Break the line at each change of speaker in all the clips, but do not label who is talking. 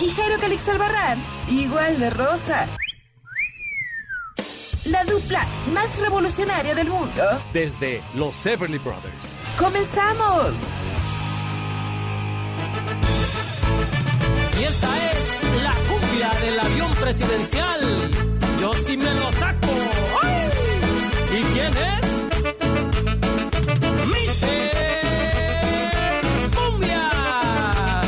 y Jairo Calix Albarrán, igual de rosa. La dupla más revolucionaria del mundo.
Desde los Everly Brothers.
¡Comenzamos!
Y esta es la cumbia del avión presidencial. Yo sí me lo saco. ¡Ay! ¿Y quién es? Mister Cumbia.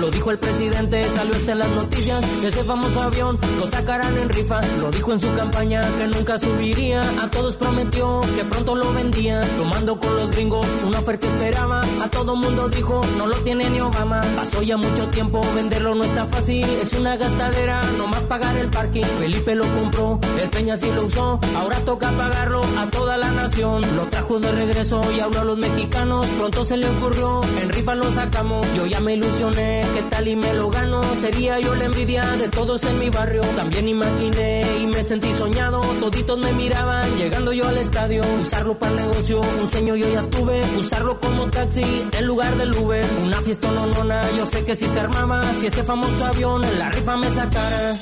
Lo dijo el presidente, salió hasta en las noticias. que Ese famoso avión lo sacarán en rifa. Lo dijo en su campaña que nunca subiría. A todos prometió que pronto lo vendía. Tomando con los gringos, una oferta esperaba. A todo mundo dijo, no lo tiene ni Obama. Pasó ya mucho tiempo, venderlo no está fácil. Es una gastadera, nomás pagar el parking. Felipe lo compró, el Peña sí lo usó. Ahora toca pagarlo a toda la nación. Lo trajo de regreso y habló a los mexicanos. Pronto se le ocurrió, en rifa lo sacamos. Yo ya me ilusioné, que tal y me lo gano. Sería yo la envidia de todos en mi barrio. También imaginé y me sentí soñado. Toditos me miraban, llegando yo al estadio. Usarlo para el negocio, un sueño yo ya tuve. Usarlo como taxi en lugar del Uber. Una fiesta nonona, yo sé que si se armaba, si ese famoso avión en la rifa me sacara.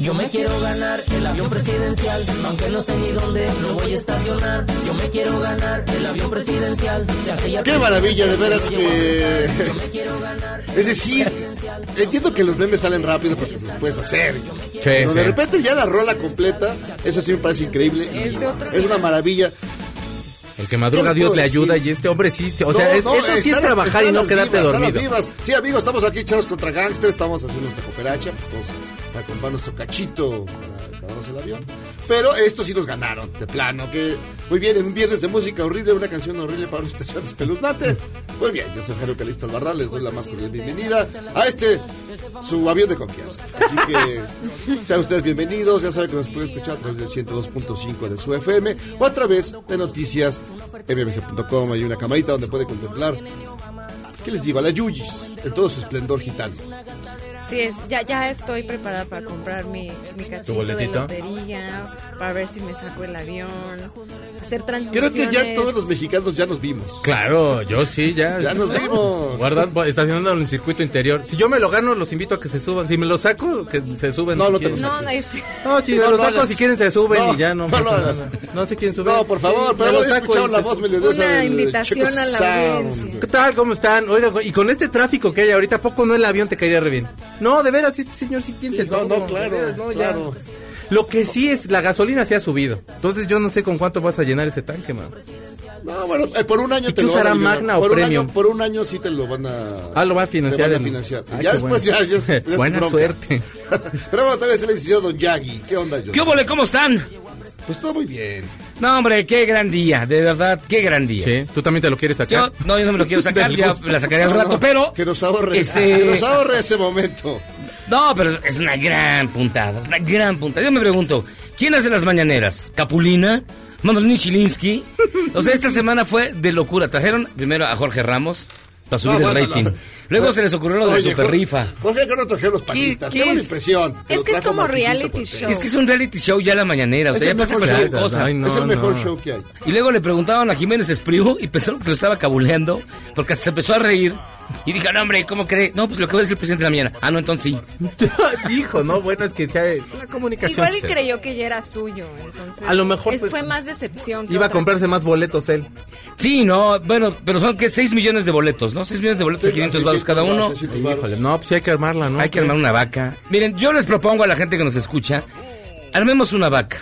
Yo me quiero ganar el avión presidencial, aunque no sé ni dónde lo voy a estacionar. Yo me quiero ganar el avión presidencial. ya sé, ya
Qué maravilla, de veras
yo me
que-
quiero ganar
Es decir, entiendo que los memes salen rápido porque los puedes hacer. Pero de repente ya la rola completa, eso sí me parece increíble. y
Es de otro
es una maravilla.
El que madruga
¿Qué les
Dios
puedo
le ayuda
decir?
y este hombre sí, o sea,
No,
es-
no,
eso sí es
están-
trabajar y
están
no
las
quedarte
vivas, están las
dormido.
vivas. Sí, amigos, estamos aquí echados contra gangsters, estamos haciendo nuestra cooperacha, pues, para comprar nuestro cachito para ganarnos el avión. Pero estos sí nos ganaron, de plano, que muy bien, en un viernes de música horrible, una canción horrible para una estación espeluznante. Muy bien, yo soy Jairo Calistas Barral, les doy la más cordial bienvenida a este, su avión de confianza. Así que sean ustedes bienvenidos, ya saben que nos pueden escuchar a través del 102.5 de su FM o a través de noticias mbc.com, hay una camarita donde puede contemplar ¿Qué les digo? A la Yuyis, en todo su esplendor gitano.
Sí, es, ya, ya estoy preparada para comprar mi, mi cachito de
boletito?
lotería, para ver si me saco el avión, hacer
Creo
transmisiones.
que ya todos los mexicanos ya nos vimos.
Claro, yo sí, ya.
Ya nos vimos.
Guardan, estacionando en el circuito interior. Si yo me lo gano, los invito a que se suban. Si me lo saco, que se suben.
No,
si
no te
quieren.
lo
No, no, es...
No, si
No
me
lo
lo saco,
hagas.
si quieren se suben
No,
y ya no.
no lo
pasa
hagas.
nada. No se quieren subir.
No, por favor,
Sí, me
pero
lo
he
saco
escuchado
y
la
se-
voz melodiosa
Una
del
invitación
Checo
a la
Sound.
audiencia.
¿Qué tal? ¿Cómo están? Oiga, y con este tráfico que hay ahorita, ¿a poco no el avión te caería re bien? No, de veras, este señor sí
Sí,
piensa en
no,
todo,
no, claro,
de veras, no, ya.
claro.
Lo que sí es, la gasolina se ha subido. Entonces yo no sé con cuánto vas a llenar ese tanque, man.
No, bueno, eh, por un año
¿Y
te
qué
lo van a
usará
liberar.
Magna o
por un
Premium?
año- Por un año sí te lo van a...
Ah, lo va a financiar.
Te van a
en-
financiar.
Ah,
Ay,
ya
qué
después
bueno.
ya, ya es- ya es tu
Buena
bronca.
suerte.
pero bueno, también se le decidió Don Yagi. ¿Qué onda, yo?
¿Qué óvole? ¿Cómo están?
Pues todo muy bien.
No, hombre, qué gran día, de verdad, qué gran día.
Sí, tú también te lo quieres
Yo,
sacar.
no, yo no me lo quiero sacar,
Del
ya
gusto.
me la sacaré al
No,
rato,
no,
pero...
Que nos ahorre.
Este-
Que nos ahorre ese momento.
No, pero es una gran puntada, es una gran puntada. Yo me pregunto, ¿quién hace las mañaneras? ¿Capulina? ¿Manolini Chilinsky? O sea, esta semana fue de locura. Trajeron primero a Jorge Ramos para subir
No,
el
bueno,
rating.
no.
Luego
No.
se les ocurrió lo de
Oye,
Super
Jorge-
Rifa.
Jorge, que no trajeron los panistas.
qué
Tengo la
es?
impresión.
Es
lo
que es
trajo
como
Marquito
reality
Cortés.
show.
Es que es un reality show ya la mañanera, o
Es
sea, ya
el
pasa
mejor
cualquier
show.
cosa.
Ay, no,
es el mejor
no.
show que hay.
Y luego le preguntaban a Jiménez Espriu y pensaron que lo estaba cabuleando porque se empezó a reír Y dijo, no, hombre, ¿cómo cree? No, pues lo que va a decir el presidente de la mañana. Ah, no, entonces sí.
Dijo, ¿no? Bueno, es que sea- la comunicación.
Igual y
se-
creyó que ya era suyo, entonces.
A lo mejor,
es-
pues,
fue más decepción. que
Iba a
otra
comprarse más boletos él.
Sí, no, bueno, pero son que 6 millones de boletos, ¿no? 6 millones de boletos
Sí,
de 500
sí,
baros
sí,
cada
no,
uno.
sí, sí, los varos.
Híjole, no, pues sí hay que armarla, ¿no?
Hay que armar una vaca. Miren, yo les propongo a la gente que nos escucha, armemos una vaca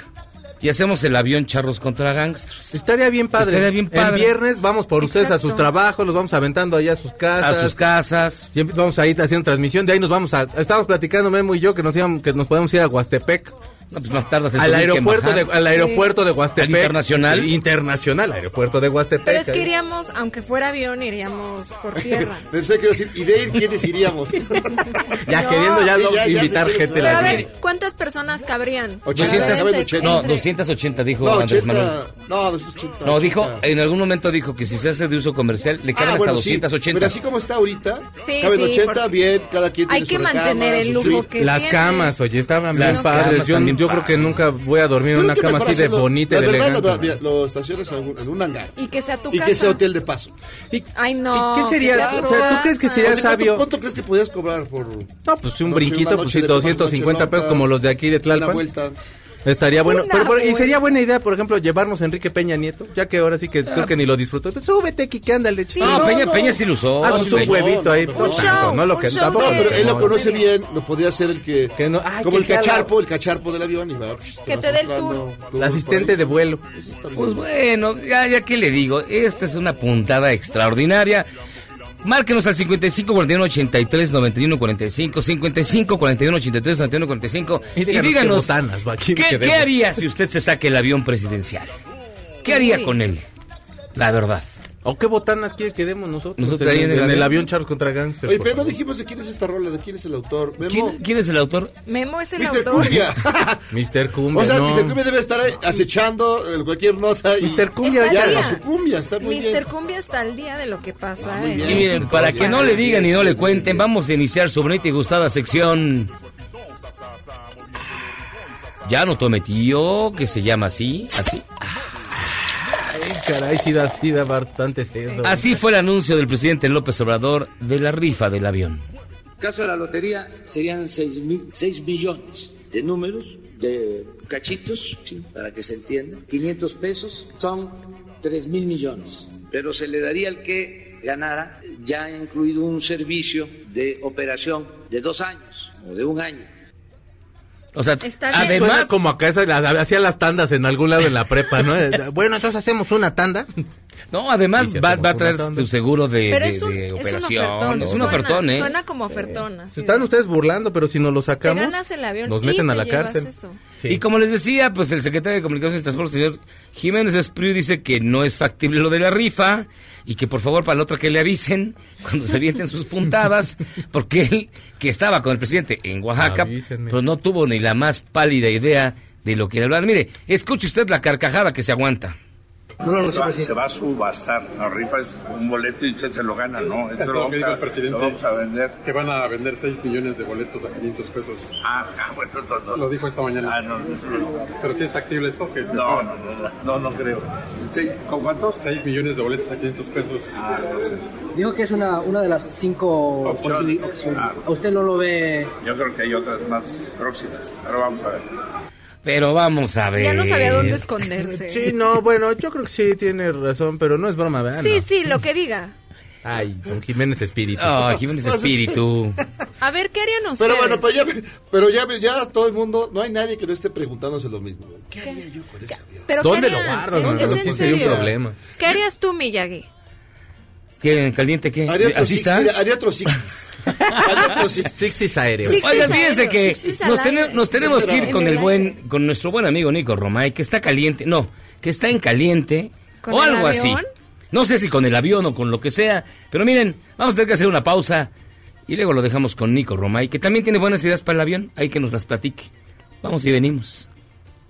y hacemos el avión charros contra gangsters.
Estaría bien padre.
Estaría bien padre.
El viernes vamos por ustedes a
Exacto.
sus trabajos, los vamos aventando allá a sus
A
casas.
sus casas.
Siempre vamos a ir haciendo transmisión, de ahí nos vamos a... Estábamos platicando Memo y yo que nos íbamos, que nos podemos ir a Huastepec.
No, pues más tarde se
Al
subir que
aeropuerto, de,
bajar.
al aeropuerto de Huastepec.
Al internacional.
Sí, Internacional, aeropuerto de Huastepec.
Pero es
ahí.
que iríamos, aunque fuera avión, iríamos por tierra.
Pensé que iba a decir, ¿y de ir quiénes iríamos?
Ya
No.
queriendo ya,
Sí,
lo-
ya, ya
invitar
se quiere
gente.
Pero
la
a
vi.
ver, ¿cuántas personas cabrían?
800,
Para ver
¿saben?
No,
entre-
280 dijo
No,
Andrés
80.
Manuel.
No, 280.
No, dijo,
80.
en algún momento dijo que si se hace de uso comercial le caben
Ah,
hasta
bueno, sí,
280.
pero así como está ahorita,
Sí,
caben
sí,
80,
porque
bien, cada quien
Hay
tiene
que
su recámara,
mantener el
su
lujo
suite.
que
Las
tiene.
camas, oye, estaban
Las
bien padres.
camas
Yo,
también
yo creo que
padres.
nunca voy a dormir en
Creo
una
que
cama
mejor
así de
hacerlo-
bonita
la
y de
verdad,
elegante.
la verdad, mira, lo estacionas en un- en un hangar.
Y que sea tu
Y
casa.
que sea hotel de paso.
¿Y
Ay, no.
¿y ¿Qué sería?
Claro.
O sea, ¿tú crees que
Oye,
sería
¿cuánto-
sabio?
¿Cuánto crees que podías cobrar por
No, pues un
Noche,
brinquito,
una
pues
noche
sí,
de copas, noche
250 pesos
loca,
como los de aquí de
una
Tlalpan.
vuelta?
Estaría bueno.
Una
Pero, pero- y
vuelta.
sería buena idea, por ejemplo, llevarnos a Enrique Peña Nieto, ya que ahora sí que creo que ni lo disfrutó. Pues, súbete, Kike, ándale.
Ah. Sí.
No,
No,
Peña,
no.
Peña sí lo usó.
Haz
sí,
un
Peña.
güey.
huevito ahí.
No,
No,
no,
no,
no.
no, lo
Un
que
show
tampoco.
No, pero él lo
no,
conoce
no.
bien, lo podía hacer el que...
Que no- ay,
como
que
el
sea la-
cacharpo, el cacharpo del avión. y va, psh,
Que
vas
te dé el
mostrando
La asistente de vuelo.
Está bien.
Pues bueno, ya, ya que le digo, esta es una puntada extraordinaria. Márquenos al 55 41 83 91 45 55 41 83 91 45
Y díganos qué botanas, va, aquí
¿qué,
me quedé.
qué haría si usted se saque el avión presidencial? ¿Qué haría
Uy.
con él? La verdad.
¿O qué botanas quiere que demos nosotros?
Nosotros ahí
en,
en el
en el
avión.
avión Charles contra Gangsters.
Oye,
por
pero no
favor.
dijimos de quién es esta rola, de quién es el autor. Memo,
¿Quién, quién es el autor?
Memo es el
Mr.
autor.
Cumbia.
Mr. Cumbia,
o sea,
no.
Mr. Cumbia debe estar ahí acechando eh, cualquier nota. Y...
Mr. Cumbia,
Está
Ya,
ya.
al
no,
día.
su cumbia, está muy bien. Ah,
Mr. Cumbia está al día de lo que pasa.
muy
eh.
bien.
Y miren, para que no le digan y no le cuenten, vamos a iniciar su bonita y gustada sección. Ya no tome tío, que se llama así, así.
Ay, Caray, sí da, sí da bastante cedo.
Así fue el anuncio del presidente López Obrador de la rifa del avión.
caso de la lotería serían 6, mil, 6 millones de números, de cachitos, ¿sí? para que se entienda. 500 pesos son 3 mil millones, pero se le daría al que ganara ya incluido un servicio de operación de dos años o de un año.
O sea,
Está bien.
Suena
además,
como acá esa- la- hacía las tandas en algún lado en la prepa, ¿no? bueno, entonces hacemos una tanda.
no, además
Dice,
va,
como
va a
una
traer
tanda.
tu seguro de,
Pero
de-
es un,
de
es un
operación.
ofertón.
Es un
suena-
ofertón, ¿eh?
Suena como ofertón. así
Se están
de-
ustedes burlando, pero si nos lo
Te
sacamos,
ganas el avión
nos
y
meten
te
a la
llevas
cárcel.
eso.
Sí.
Y como les decía, pues el secretario de Comunicaciones y Transportes, señor Jiménez Espriu, dice que no es factible lo de la rifa y que por favor para la otra que le avisen cuando se avienten sus puntadas, porque él, que estaba con el presidente en Oaxaca,
Avísenme.
pero no tuvo ni la más pálida idea de lo que le hablaban. Mire, escuche usted la carcajada que se aguanta.
se, va, se va a subastar. La rifa es un boleto y usted se lo gana, ¿no? Esto lo, vamos a, lo vamos a vender. Que van a vender 6 millones de boletos a 500 pesos. Ah, ah, bueno, eso no. Lo dijo esta mañana. Ah, no, Pero si es factible esto, que no, no, no, no, no creo. ¿Con cuántos? 6 millones de boletos a 500 pesos. Ah,
Digo que es una, una de las cinco
Opciones. opciones. Ah. ¿A
usted no lo ve
yo creo que hay otras más próximas. Ahora vamos a ver.
Pero vamos a ver.
Ya no sabía dónde esconderse.
Sí, no, bueno, yo creo que sí tiene razón, pero no es broma, ¿verdad?
Sí,
No.
sí, lo que diga.
Ay, don Jiménez Espíritu.
Ah, Jiménez Espíritu.
A ver, ¿qué harían ustedes?
Pero bueno, pues pero ya, pero ya, ya todo el mundo, no hay nadie que no esté preguntándose lo mismo. ¿Qué haría yo con ese avión?
¿Pero qué
¿Dónde lo
harían?
guardas?
Es-
No,
es
no,
en
sí sería un
serio.
problema.
¿Qué harías tú, Miyagi?
¿Qué, en caliente qué?
Haría otro
¿Así
Sixties,
estás?
pues, mira, haría otro Sixties. Haría otro Sixties.
Sixties aéreos.
Sí.
Oigan,
Sixties
fíjense
al
que
aire, Sixties
nos,
al
tene-
aire.
nos tenemos que ir
Esperaba.
con
En
el
el
buen,
aire.
con nuestro buen amigo Nico Romay, que está caliente, no, que está en caliente
¿Con
o
el
algo así.
avión?
No sé si con el avión o con lo que sea, pero miren, vamos a tener que hacer una pausa y luego lo dejamos con Nico Romay, que también tiene buenas ideas para el avión, hay que nos las platique. Vamos y venimos.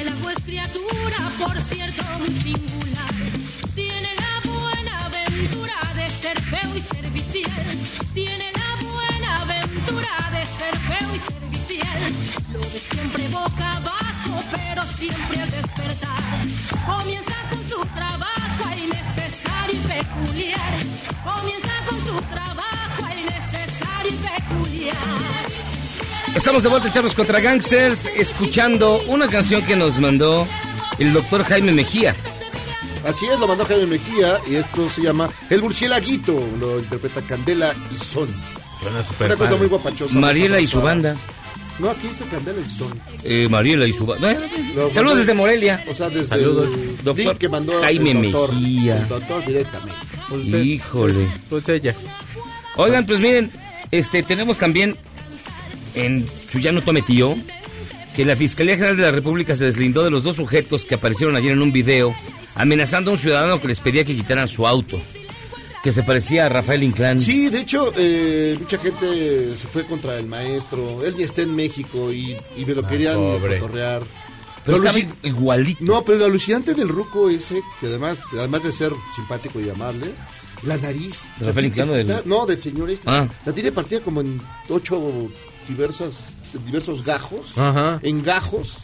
El agua es criatura, por cierto, muy singular. Tiene la buena aventura de ser feo y servicial. Tiene la buena aventura de ser feo y servicial. Lo de siempre boca abajo, pero siempre al despertar. Comienza con su trabajo al innecesario y peculiar. Comienza con su trabajo al innecesario y peculiar.
Estamos de vuelta en Charlos contra Gangsters, escuchando una canción que nos mandó el doctor Jaime Mejía.
Así es, lo mandó Jaime Mejía y esto se llama El Murciélaguito. Lo interpreta Candela y Son. Una cosa muy guapachosa.
Mariela y su banda.
No, aquí dice Candela y Son.
Eh, Mariela y su banda.
Lo mandó-
Saludos desde Morelia.
O sea, desde
Saludos,
el
doctor
link que mandó el
Jaime
doctor,
Mejía.
el doctor directamente.
Híjole. Oigan, pues miren, este tenemos también en Chuyano Tome Tío que la Fiscalía General de la República se deslindó de los dos sujetos que aparecieron ayer en un video amenazando a un ciudadano que les pedía que quitaran su auto, que se parecía a Rafael Inclán.
Sí, de hecho, eh, mucha gente se fue contra el maestro. Él ni está en México y, y me lo
Ah,
querían
pobre.
cotorrear.
Pero
Lo
estaba
alucin-
igualito.
No, pero el alucinante del ruco ese, que además, además de ser simpático y amable, la nariz.
¿De
la
Rafael
tiene-
Inclán o del-
está- No, del señor este.
Ah.
La tiene partida como en ocho diversas, diversos gajos.
Ajá.
En gajos.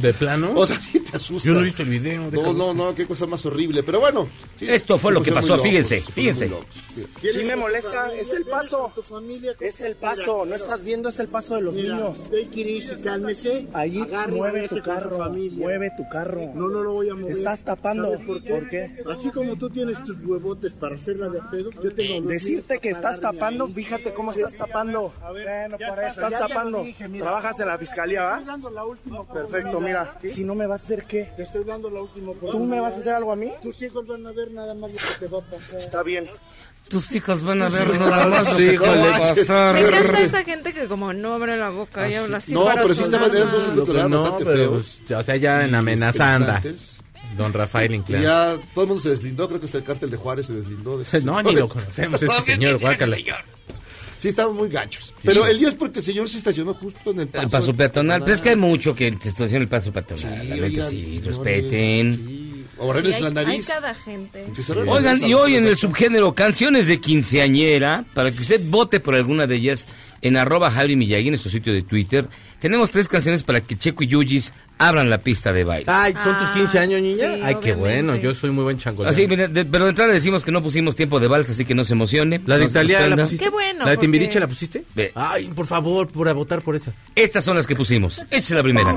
¿De plano?
O sea, sí te asusta.
Yo no he visto el video.
No, no, no, qué cosa más horrible. Pero bueno. sí,
Esto fue
se
lo que
pusieron
pasó,
muy locos, se
fíjense,
pusieron
fíjense.
muy locos.
Sí me molesta, es el paso. Es el paso, no estás viendo, es el paso de los niños. cálmese. Ahí
agarre y
mueve
váyase
tu
con su
carro,
familia.
mueve tu carro.
No, no lo voy a mover.
Estás tapando.
¿Sabes por, qué? Así como tú tienes tus huevotes para hacerla de a pedo, yo tengo los
Decirte
míos
que
para
estás
darme
tapando,
ahí.
fíjate cómo estás tapando. Estás tapando. Trabajas en la fiscalía,
Te estoy
¿va?
dando la última
Perfecto,
oportunidad.
mira. Si no me vas a hacer qué?
Te estoy dando la última oportunidad.
¿Tú me vas a hacer algo a mí?
Tus hijos van a ver nada más lo que te va a pasar.
Está bien.
Tus hijos van a ver
Tus
nada
hijos.
más lo que te
Híjole.
va a pasar.
Me encanta esa gente que como no abre la boca
Ah,
y habla así para sonar más.
un doctorado
No,
bastante
pero,
feo.
pues, ya, o sea, ya en amenazanda. Don Rafael
Y
Inclán.
ya todo el mundo se deslindó, creo que hasta el cártel de Juárez se deslindó. de esos
No,
sectores.
ni lo conocemos, ese señor, guácala.
Sí, estaban muy gachos. Pero el lío es porque el señor se estacionó justo en el paso.
El paso peatonal, pero es que hay mucho que te situación el paso peatonal. la neta,
oigan,
sí,
señores,
respeten.
O arregles
Y
la
hay-
nariz.
Hay cada gente.
Sí,
Eh,
se arregla la
Oigan,
nariz,
y hoy en el
arregles
subgénero canciones de quinceañera, para que usted vote por alguna de ellas en arroba Javi Miyagi, en nuestro sitio de Twitter, tenemos tres canciones para que Checo y Yuyis abran la pista de baile.
Ay, son
Ah,
tus 15 años, niña.
sí,
Ay, qué
obviamente.
bueno. Yo soy muy buen chango.
Así, mira, de- pero de entrada decimos que no pusimos tiempo de vals, así que no se emocione.
¿La de
No se
Italia la
sorprenda.
pusiste?
Qué bueno,
¿La de
porque-
Timbiriche la pusiste?
Ve.
Ay, por favor, por votar por esa.
Estas son las que pusimos. Esta es la primera.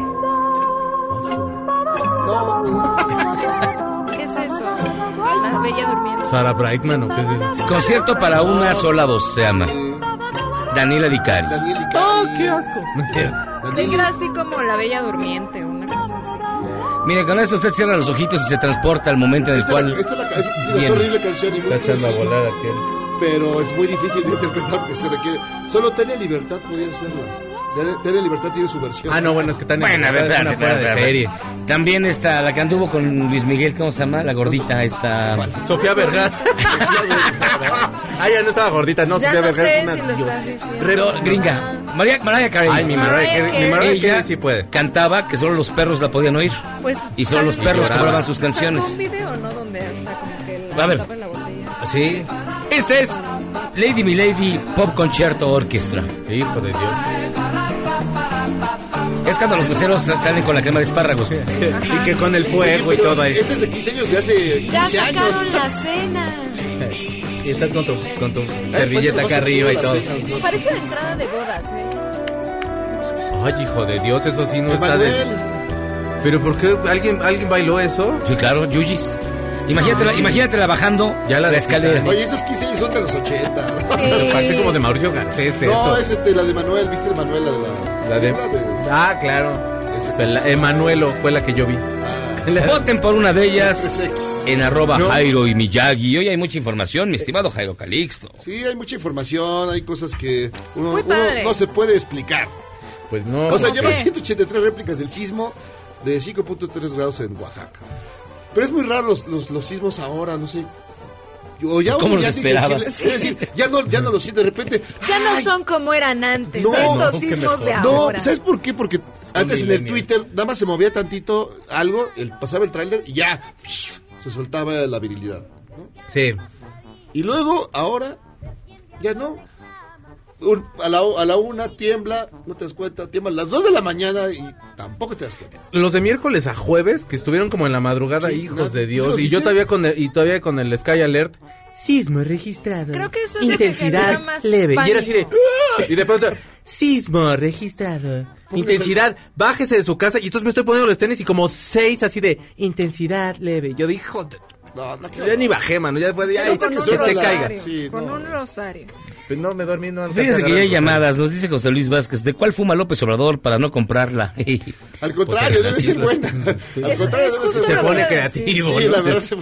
¿Qué es eso? La bella durmiente.
Sara Brightman, ¿o qué es eso?
Concierto para una sola voz se llama. Daniela Vicari.
¡Oh, qué asco!
No es cierto.
Venga así como la bella durmiente, una cosa así.
Mira, con esto usted cierra los ojitos y se transporta al momento en el cual.
la- es- digo, es
Bien.
horrible canción y muy difícil,
aquel.
Pero es muy difícil de interpretar porque se requiere. Solo Tele Libertad podía hacerla. Tele- Tele Libertad tiene su versión.
Ah, no, bueno, es que están
Bueno, a ver,
es
espérate,
una fuera de
espérate,
serie.
espérate. También está la que anduvo con Luis Miguel, ¿cómo se llama? La gordita, esta.
Sofía Vergara. Ah, ya no estaba gordita, no,
ya
Sofía
no
Vergara
sé
es una
si lo estás diciendo.
Re- gringa. María, Mariah Carey.
Ay, mi Mariah
Mariah Carey. mi Mariah
Ella
Carey sí puede.
Cantaba que solo los perros la podían oír.
Pues,
Y son los
sacó-
perros que
lloraba.
graban sus
Sacó un
canciones.
video, ¿no? Donde hasta como que la
A ver.
tapa en la botella.
Sí.
Este es Lady Milady Pop Concerto Orchestra.
Hijo de Dios.
Es cuando los meseros sa- salen con la crema de espárragos.
Y que con el fuego y todo ahí.
Este es de 15 años de hace 15
Ya
años.
sacaron la cena.
Y estás con tu, con tu
pues,
servilleta acá arriba y todo.
Parece de entrada de bodas, ¿eh?
Ay, hijo de Dios, eso sí no está de...
Emanuel,
¿Pero por qué alguien, alguien bailó eso?
Sí, claro, Yuyis. Imagínatela, imagínatela bajando
Ya la ¿eh?
la escalera.
Oye, esos 15 años son de los 80.
Parte como de Mauricio Garcés
No,
eso.
es este, la de Manuel, ¿viste el Manuel? La de la.
La de- Ah, claro. La- Emanuelo fue la que yo vi.
Voten por una de ellas
XX.
en arroba
No.
Jairo y Miyagi. Hoy hay mucha información, mi estimado Jairo Calixto.
Sí, hay mucha información, hay cosas que uno,
Muy
uno
padre.
no se puede explicar.
Pues no.
O sea,
¿Por
lleva
qué?
183 réplicas del sismo de 5.3 grados en Oaxaca. Pero es muy raro los, los, los sismos ahora, no sé. Yo- O ya,
¿Cómo
ya
los
ni
esperabas?
sensible- Es decir, ya no, ya no lo siento de repente.
Ya no
¡ay!
son como eran antes,
No,
estos
no,
qué
sismos de
mejor.
No, pues,
ahora.
¿sabes por qué? Porque Antes en el
millennials.
Twitter nada más se movía tantito algo, el, pasaba el tráiler y ya psh, se soltaba la virilidad.
Sí.
Y luego, ahora, ya no. Un- a, la, a la una tiembla, no te das cuenta, tiembla a las dos de la mañana y tampoco te das cuenta.
Los de miércoles a jueves, que estuvieron como en la madrugada,
Sí,
hijos
¿no?
de
¿Sí
Dios.
los
Y yo
viste?
todavía con el, y todavía con el Sky Alert. Sismo registrado.
Creo que eso es lo que genera
Intensidad
más
leve. Y era
pánico.
así de. ¡ah! Y de pronto. Sismo registrado. Intensidad, bájese de su casa. Y entonces me estoy poniendo los tenis y como seis así de intensidad leve. Yo dije, joder.
No, no,
yo ya ni bajé, mano. Ya fue de.
Yo
"Ay,
con
que
un
se
rosario,
caiga.
Con un rosario.
Pues no, me dormí, no
Fíjense que ya hay llamadas, nos dice José Luis Vázquez, ¿de cuál fuma López Obrador para no comprarla?
Al contrario, debe ser
Pues,
buena. Al contrario, debe ser buena. Sí, la verdad se-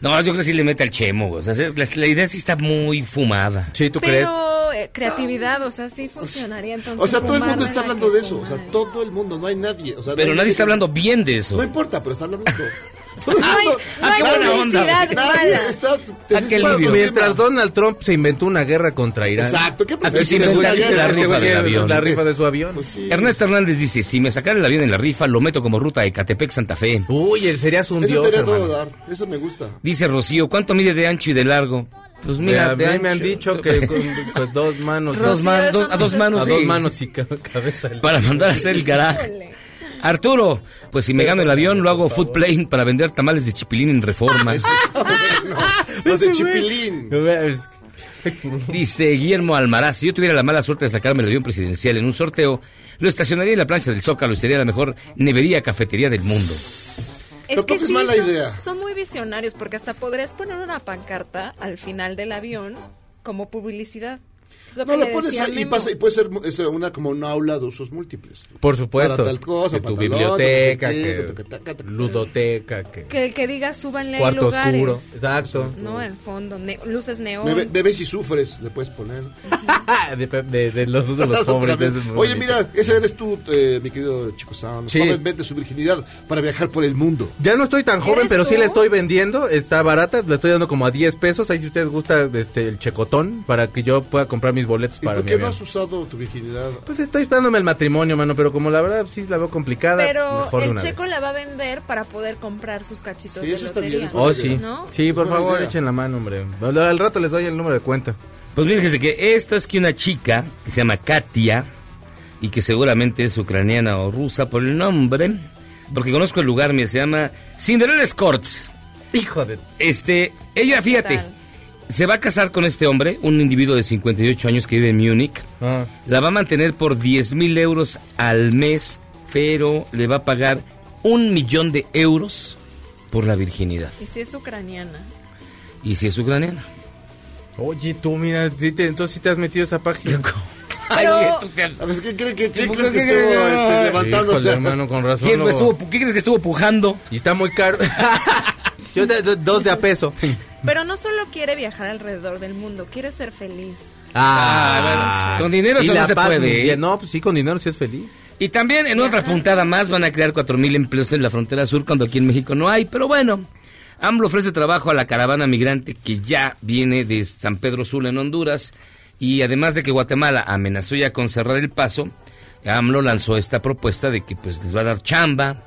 No, yo creo que sí le mete al chemo, o sea, es- la, la idea sí está muy fumada.
Sí,
¿tú
Pero eh, creatividad, o sea, sí funcionaría entonces.
O sea, todo el mundo
fumarla
está
en la
hablando
que
de eso. O sea, todo el mundo, no hay nadie. O sea,
Pero
no hay
nadie está hablando bien de eso.
No importa, pero están hablando.
No hay- no hay publicidad,
Nadie
claro.
está. tenés
Bueno,
un-
mientras Donald Trump se inventó una guerra contra Irán.
Exacto, ¿qué
Aquí
Aquí
sí
me
me
gusta
gusta
la
la rifa
rifa
del avión.
La rifa de su avión.
Pues
Ernesto Hernández dice, si me sacaran el avión en la rifa, lo meto como ruta de Ecatepec Santa Fe.
Uy, él serías un
Eso estaría todo dar. Eso me gusta.
Dice Rocío, ¿cuánto mide de ancho y de largo? Pues
Mira, a
mira, de
mí me han
ancho-
dicho que con, con dos manos.
Dos man- dos- a dos manos,
A dos
sí.
manos y ca- cabeza.
Para mandar a hacer el garaje. Arturo, pues si me gano el avión, lo hago food plane para vender tamales de chipilín en
Ah,
reforma.
Los de Chipilín.
Dice Guillermo Almaraz, si yo tuviera la mala suerte de sacarme el avión presidencial en un sorteo, lo estacionaría en la plancha del Zócalo y sería la mejor nevería cafetería del mundo.
Es
Tampoco
que
es
sí,
mala
son,
idea.
son muy visionarios porque hasta podrías poner una pancarta al final del avión como publicidad. Es lo
No,
que
la
le
pones
decía
ahí y,
Memo.
pasa- y puede ser es una, como una aula de usos múltiples.
Por supuesto.
Para tal cosa,
que tu
para tal otra,
biblioteca,
no sé qué,
que ludoteca, que
Que el que diga súbanle hay
cuarto
lugares.
oscuro. Exacto.
No, en fondo, ne- luces neón.
Bebe- Bebes y sufres, le puedes poner.
Ah, De, de- de los de los pobres. es muy
Oye,
bonito.
mira, ese eres tú, eh, mi querido Chico Sound.
Sí.
Joven, vende su virginidad para viajar por el mundo.
Ya no estoy tan joven,
¿Eres
pero sí
tú?
la estoy vendiendo. Está barata, la estoy dando como a 10 pesos. Ahí si ustedes gusta este, el checotón para que yo pueda comprar mis boletos para
¿Por
mi
qué no
avión.
has usado tu virginidad?
Pues estoy esperándome el matrimonio, mano, pero como la verdad sí la veo complicada,
Pero
mejor de
el
una
checo la va a vez. vender para poder comprar sus cachitos
Sí,
de
eso está bien,
lotería.
vez. Oh, sí.
¿No?
Sí, por
buena
favor,
idea.
echen la mano, hombre. Al, al rato les doy el número de cuenta.
Pues fíjense que esto es que una chica que se llama Katia y que seguramente es ucraniana o rusa por el nombre, porque conozco el lugar, mira, se llama Cinderella Escorts.
Hijo de...
Este, ella, fíjate, se va a casar con este hombre, un individuo de 58 años que vive en Múnich. La va a mantener por 10 mil euros al mes, pero le va a pagar un millón de euros por la virginidad.
Y si es ucraniana.
Y si es ucraniana.
Oye, tú, mira, sí te- entonces sí te has metido esa página.
Pero,
A ver, ¿qué, cree que- qué
¿Por
crees
qué
que
cree
estuvo
que-
este, levantando?
Híjole, hermano, con razón.
¿Quién
luego-
estuvo, ¿Qué crees que estuvo pujando?
Y está muy caro. Yo de- de- dos de a peso.
pero no solo quiere viajar alrededor del mundo, quiere ser feliz.
Ah, con dinero
Y
eso
la
no se
paz
puede,
mundial.
¿eh?
No, pues sí, con dinero sí es feliz.
Y también en otra puntada más van a crear 4.000 empleos en la frontera sur cuando aquí en México no hay. Pero bueno, AMLO ofrece trabajo a la caravana migrante que ya viene de San Pedro Sula en Honduras. Y además de que Guatemala amenazó ya con cerrar el paso, AMLO lanzó esta propuesta de que pues les va a dar chamba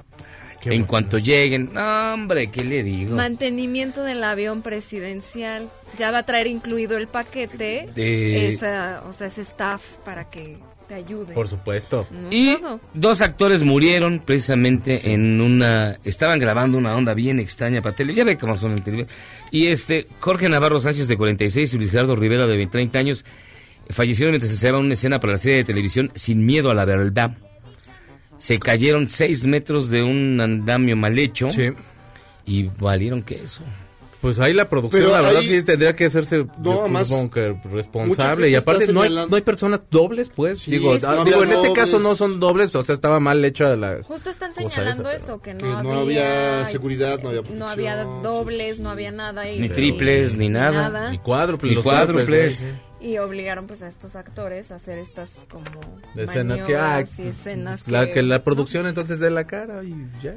en cuanto lleguen. No, hombre, ¿qué le digo?
Mantenimiento del avión presidencial. Ya va a traer incluido el paquete.
De-
Esa, o sea, ese staff para que te ayude.
Por supuesto.
No,
Y
todo.
dos actores murieron precisamente en una... Estaban grabando una onda bien extraña para tele. Ya ve cómo son en televisión. Y este, Jorge Navarro Sánchez de 46 y Luis Gerardo Rivera de 30 años fallecieron mientras se hacía una escena para la serie de televisión Sin Miedo a la Verdad. Se cayeron seis metros de un andamio mal hecho. Y valieron que eso.
Pues ahí la producción,
Pero
la verdad,
ahí-
sí tendría que hacerse
No,
yo
más-
supongo que
mucha
responsable.
gente
Y aparte,
está
no hay,
señalando-
no hay personas dobles, pues. digo,
es que
ah,
no
digo en
había
este caso
dobles.
no son dobles, o sea, estaba mal hecha la.
Justo están
cosa
señalando
esa,
eso, que no,
Que
no había seguridad, no había
No había dobles, no había nada. Y,
Ni triples, ni nada.
nada.
Ni cuádruples.
Ni
los cuádruples,
cuádruples.
sí, sí.
Y obligaron pues a estos actores a hacer estas como
De escenas que, ah,
maniobras y escenas
la,
que-
que la producción entonces dé la cara y ya.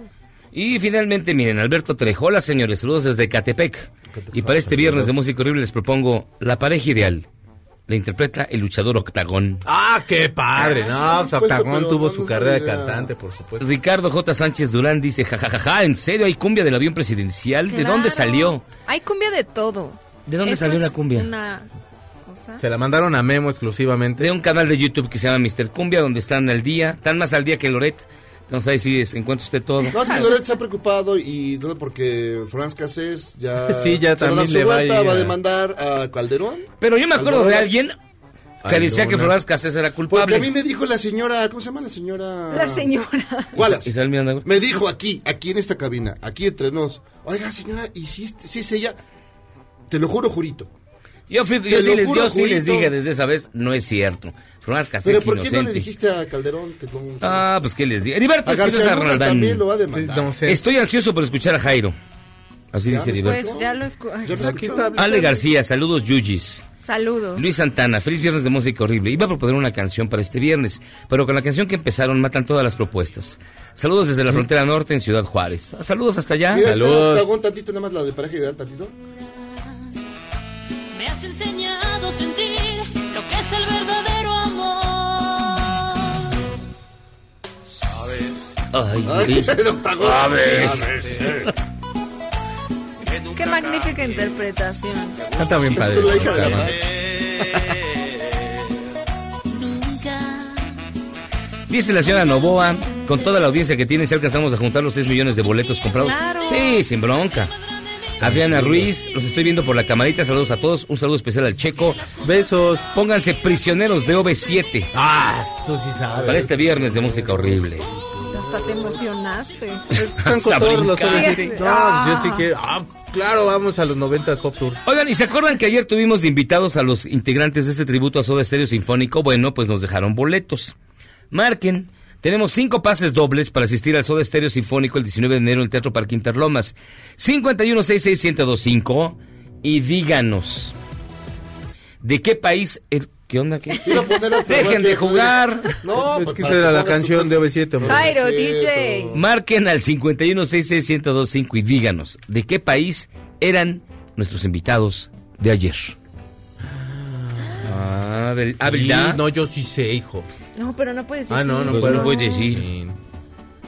Y finalmente, miren, Alberto Trejola, señores, saludos desde Catepec. Y para este viernes de Música Horrible les propongo La pareja ideal la interpreta el luchador Octagón.
Ah, qué padre. No, Zaptagón tuvo su carrera de cantante, por supuesto.
Ricardo J. Sánchez Durán dice, jajajaja, ¿en serio hay cumbia del avión presidencial? ¿De dónde
Claro.
salió?
Hay cumbia de todo.
¿De dónde
Eso
salió
es
la cumbia?
Una cosa.
Se la mandaron a Memo exclusivamente. De un canal de YouTube que se llama Mr. Cumbia, donde están al día, están más al día que Loret. Entonces ahí sí es- encuentra usted todo.
No, es que Loret se ha preocupado y no porque Franz Cassés ya.
Sí,
se
ya
va a dar
también
su
le va
vuelta,
a ir
va a
a-
demandar a Calderón.
Pero yo me acuerdo de
Algodón.
alguien que decía que
Alguna.
Florás Casés era
Porque
culpable.
a mí me dijo la señora, ¿cómo se llama la señora?
La señora.
Wallace.
Isabel Miranda,
Me dijo aquí, aquí en esta cabina, aquí entre nos. Oiga, señora, ¿y si, es- si es ella? Te lo juro, jurito.
Yo, fui-
Te
yo sí,
lo
les,
juro,
yo sí les
Jurito.
dije desde esa vez, no es cierto. Florás Casés
Pero
es
¿por qué no le
inocente.
dijiste a Calderón que no-
ah, pues qué les dije. Heriberto
A García
Espinosa
Luna
Roldán.
también lo va a demandar.
Estoy ansioso por escuchar a Jairo. Así
Ya, Ah, pues,
dice Heriberto.
Pues ya lo escucho.
Ale García, saludos Yuyis.
Saludos.
Luis Santana, feliz viernes de música horrible. Iba a proponer una canción para este viernes, pero con la canción que empezaron matan todas las propuestas. Saludos desde la frontera norte en Ciudad Juárez. Ah, Saludos hasta allá.
Mira, este dragón tantito, nada más la de pareja ideal tantito.
Me has enseñado a sentir lo que es el verdadero amor.
Sabes,
Ay,
Ay,
Yuri.
el octagón.
Sabes.
Qué magnífica interpretación.
Está bien padre.
Es la hija de la
Está
madre.
bien.
Dice la señora Novoa, con toda la audiencia que tiene, si alcanzamos a juntar los 6 millones de boletos comprados.
Claro.
Sí, sin bronca. Adriana Ruiz, los estoy viendo por la camarita. Saludos a todos. Un saludo especial al Checo. Besos. Pónganse prisioneros de OV7. Ah, tú sí sabes. Para este viernes de música horrible.
Hasta te emocionaste.
Están con
Hasta
todos los
brincar.
que- No, pues yo sí que. Ah, claro, vamos a los 90 Pop Tour.
Oigan, ¿y se acuerdan que ayer tuvimos de invitados a los integrantes de ese tributo a Soda Estéreo Sinfónico? Bueno, pues nos dejaron boletos. Marquen. Tenemos cinco pases dobles para asistir al Soda Estéreo Sinfónico el 19 de enero en el Teatro Parque Interlomas. 5166125 y díganos. ¿De qué país? es- ¿Qué onda? ¿Qué? Dejen de jugar.
No,
Es que esa era la canción de OV7. hombre.
Jairo, DJ.
Marquen al 5166125 y díganos. ¿De qué país eran nuestros invitados de ayer? Ah, del- ah,
Sí,
¿verdad?
No, yo sí sé, hijo.
No, pero no puedes decir.
Ah, no, no
Pues
puedo.
no puedes decir.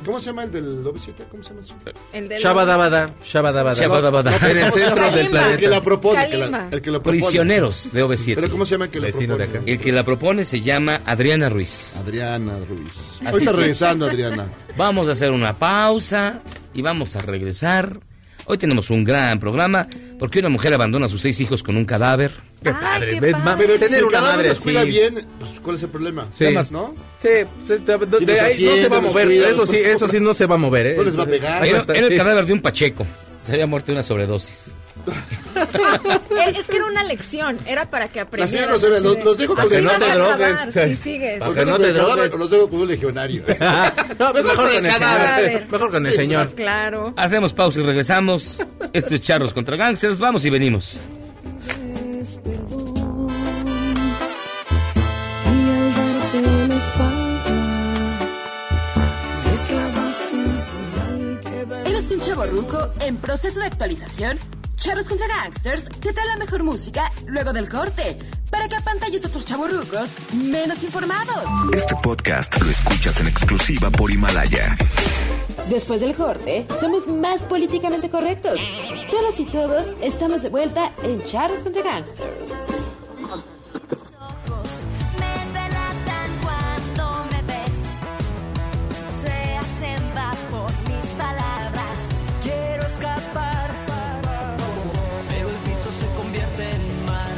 ¿Cómo se llama el del OV7? ¿Cómo se llama eso?
El de
Shabadabada, shabadabada.
Shabadabada.
En el centro del
El que
planeta.
la propone. el que la-
Kalimba.
el que la propone.
Prisioneros de OV7.
¿Pero cómo se llama el que la propone?
El que la propone se llama Adriana Ruiz.
Adriana Ruiz.
Así
Ahorita
que-
regresando, Adriana.
Vamos a hacer una pausa y vamos a regresar. Hoy tenemos un gran programa porque una mujer abandona a sus seis hijos con un cadáver.
Qué padre, qué ves, padre. ma-
Ah, Pero
tener
si
una
cada uno
madre
los cuida
así.
bien, pues, ¿cuál es el problema?
Sí.
Además, ¿no?
Sí, sí, de- de-
Si
de
los
ahí no se va a
atienden, los
mover.
cuidan,
Eso sí,
los-
eso sí no se va a mover, ¿eh?
No les va a pegar.
Ahí va a
Era,
estar,
era el
sí.
cadáver de un Pacheco. Se había muerto de una sobredosis.
Eh, Es que era una lección, era para que aprendieras.
señora no se ve,
así
los-
de-
los dejo
así
porque no
vas
te
a
drogues.
acabar, Si sigues.
Los dejo con el cadáver o los dejo con un legionario.
No, pues mejor
con
con el
cadáver.
Eh,
señor. Mejor con el
Sí,
señor.
Claro.
Hacemos pausa y regresamos. Esto es Charros contra Gangsters. Vamos y venimos.
Si al darte la espalda me clavas un puñal que da-
¿Eres un chavo ruco en proceso de actualización? Charros contra Gangsters te trae la mejor música luego del corte para que apantalles a otros chavorrucos menos informados.
Este podcast lo escuchas en exclusiva por Himalaya.
Después del corte, somos más políticamente correctos. Todas y todos estamos de vuelta en Charros contra Gangsters.
Cuando me ves, se hacen vapor mis palabras. Quiero escapar,
Pero el piso se convierte en mar.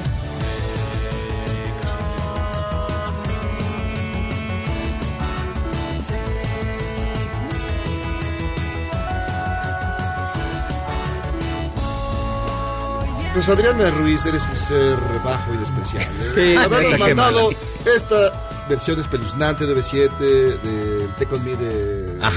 Pues Adriana Ruiz, eres un ser bajo y despreciable.
Sí,
Habernos
sí, qué
mandado
mala.
esta versión espeluznante de B7, de Te Con Me de...
Ah.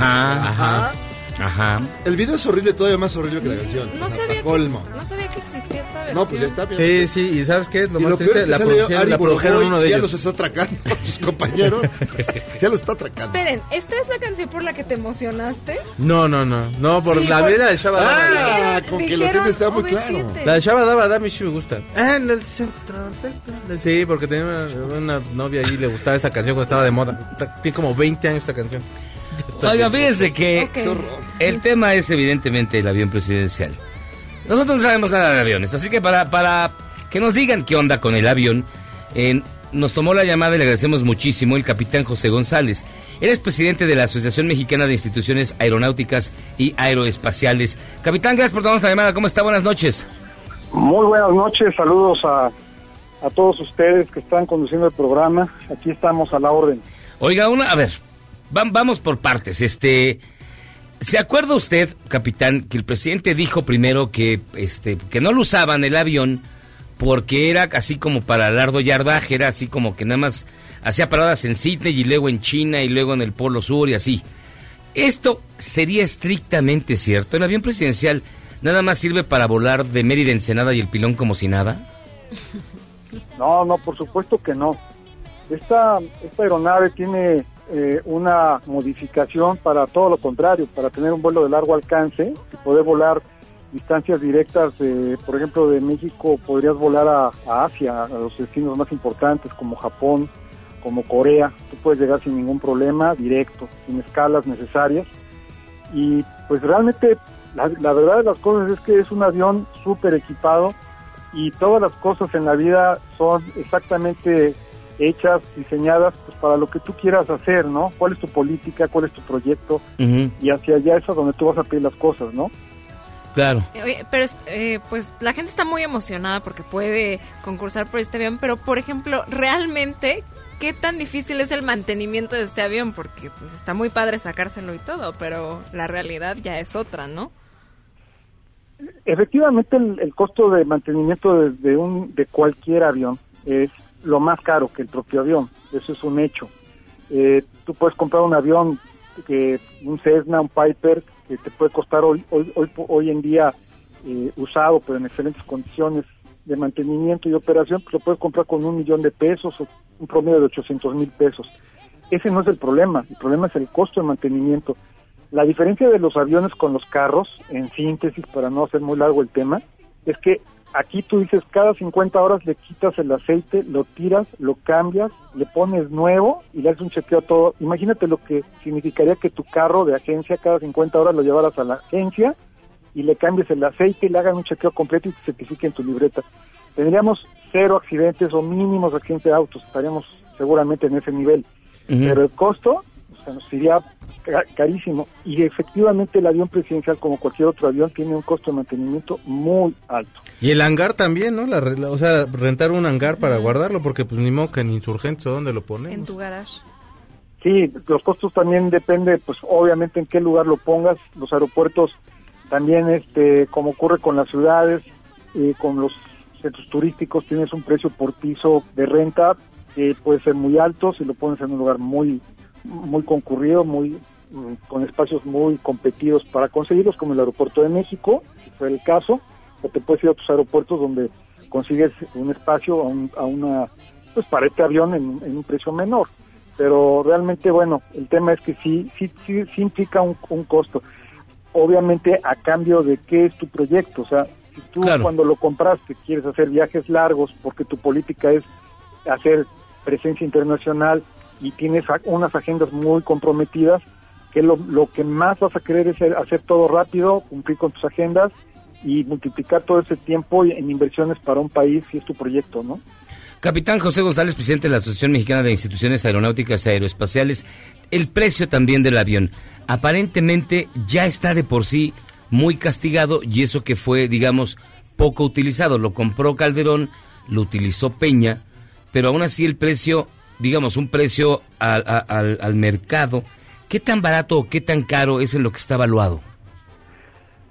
Ajá, ajá. Ajá.
El video es horrible, todavía más horrible que la canción.
No
O sea,
sabía,
pa'
que,
colmo.
no sabía que existía esta versión.
No, pues ya está. mira.
Sí, sí, y ¿sabes qué? es Lo
Y
más
lo peor es
triste,
que
la
sale
produjeron,
Ari
la produjeron
Boroboy,
uno de
ya
ellos.
los está atracando a sus compañeros. ya los está atracando.
Esperen, ¿esta es la canción por la que te emocionaste?
No, no, no. No, por
Sí,
la
por-
vida de Shabadaba.
Ah, Dijeron- con que lo dijeron tienes está muy claro.
Ah.
OV7.
La de Shabadaba a mí sí me gusta. Ah, en el centro. centro. Sí, porque tenía una, una novia y le gustaba esa canción cuando estaba de moda. Ta- Tiene como 20 años esta canción. Ya está
Oiga,
bien.
fíjense que
Ok. Qué horror.
el tema es evidentemente el avión presidencial. Nosotros no sabemos nada de aviones, así que para, para que nos digan qué onda con el avión, eh, nos tomó la llamada y le agradecemos muchísimo el capitán José González. Él es presidente de la Asociación Mexicana de Instituciones Aeronáuticas y Aeroespaciales. Capitán, gracias por tomarnos la llamada. ¿Cómo está? Buenas noches.
Muy buenas noches, saludos a, a todos ustedes que están conduciendo el programa. Aquí estamos a la orden.
Oiga, una, a ver, vam- vamos por partes. Este, ¿se acuerda usted, capitán, que el presidente dijo primero que, este, que no lo usaban el avión porque era así como para largo yardaje, era así como que nada más hacía paradas en Sydney y luego en China y luego en el Polo Sur y así. Esto sería estrictamente cierto. El avión presidencial nada más sirve para volar de Mérida a Ensenada y el pilón como si nada.
No, no, por supuesto que no. Esta, esta aeronave tiene eh, una modificación para todo lo contrario, para tener un vuelo de largo alcance y poder volar distancias directas, de, por ejemplo, de México podrías volar a, a Asia, a los destinos más importantes como Japón, como Corea. Tú puedes llegar sin ningún problema, directo, sin escalas necesarias. Y pues realmente la, la verdad de las cosas es que es un avión súper equipado y todas las cosas en la vida son exactamente hechas, diseñadas pues, para lo que tú quieras hacer, ¿no? ¿Cuál es tu política? ¿Cuál es tu proyecto? Y hacia allá es a donde tú vas a pedir las cosas, ¿no?
Claro.
Eh, oye, pero es- eh, pues la gente está muy emocionada porque puede concursar por este avión, pero por ejemplo, realmente, ¿qué tan difícil es el mantenimiento de este avión? Porque pues está muy padre sacárselo y todo, pero la realidad ya es otra, ¿no?
Efectivamente, el, el costo de mantenimiento de, de un, de cualquier avión es lo más caro que el propio avión. Eso es un hecho. Eh, tú puedes comprar un avión, que, un Cessna, un Piper, que te puede costar hoy, hoy, hoy, po- hoy en día eh, usado, pero en excelentes condiciones de mantenimiento y operación, pues lo puedes comprar con un millón de pesos o un promedio de 800 mil pesos. Ese no es el problema, el problema es el costo de mantenimiento. La diferencia de los aviones con los carros, en síntesis, para no hacer muy largo el tema, es que aquí tú dices cada 50 horas le quitas el aceite, lo tiras, lo cambias, le pones nuevo y le haces un chequeo a todo. Imagínate lo que significaría que tu carro de agencia cada 50 horas lo llevaras a la agencia y le cambies el aceite y le hagan un chequeo completo y te certifiquen tu libreta. Tendríamos cero accidentes o mínimos accidentes de autos, estaríamos seguramente en ese nivel. Pero el costo o sea, nos sería ca- carísimo. Y efectivamente el avión presidencial, como cualquier otro avión, tiene un costo de mantenimiento muy alto.
Y el hangar también, ¿no? La re- la- o sea, rentar un hangar para guardarlo, porque pues ni modo que en Insurgentes o dónde lo
En
ponemos.
tu garage.
Sí, los costos también depende, pues obviamente en qué lugar lo pongas. Los aeropuertos también, este, como ocurre con las ciudades, eh, con los centros turísticos, tienes un precio por piso de renta que puede ser muy alto si lo pones en un lugar muy, muy concurrido, muy mm, con espacios muy competidos para conseguirlos, como el aeropuerto de México, si fue el caso, o te puedes ir a otros aeropuertos donde consigues un espacio a, un- a una, pues para este avión en- en un precio menor pero realmente bueno el tema es que sí sí sí, sí implica un, un costo obviamente a cambio de qué es tu proyecto o sea si tú
Claro.
cuando lo compraste quieres hacer viajes largos porque tu política es hacer presencia internacional y tienes a- unas agendas muy comprometidas que lo, lo que más vas a querer es el- hacer todo rápido cumplir con tus agendas y multiplicar todo ese tiempo en inversiones para un país si es tu proyecto no
Capitán José González, presidente de la Asociación Mexicana de Instituciones Aeronáuticas y Aeroespaciales, el precio también del avión aparentemente ya está de por sí muy castigado y eso que fue, digamos, poco utilizado. Lo compró Calderón, lo utilizó Peña, pero aún así el precio, digamos, un precio al, a- al- al mercado, ¿qué tan barato o qué tan caro es en lo que está evaluado?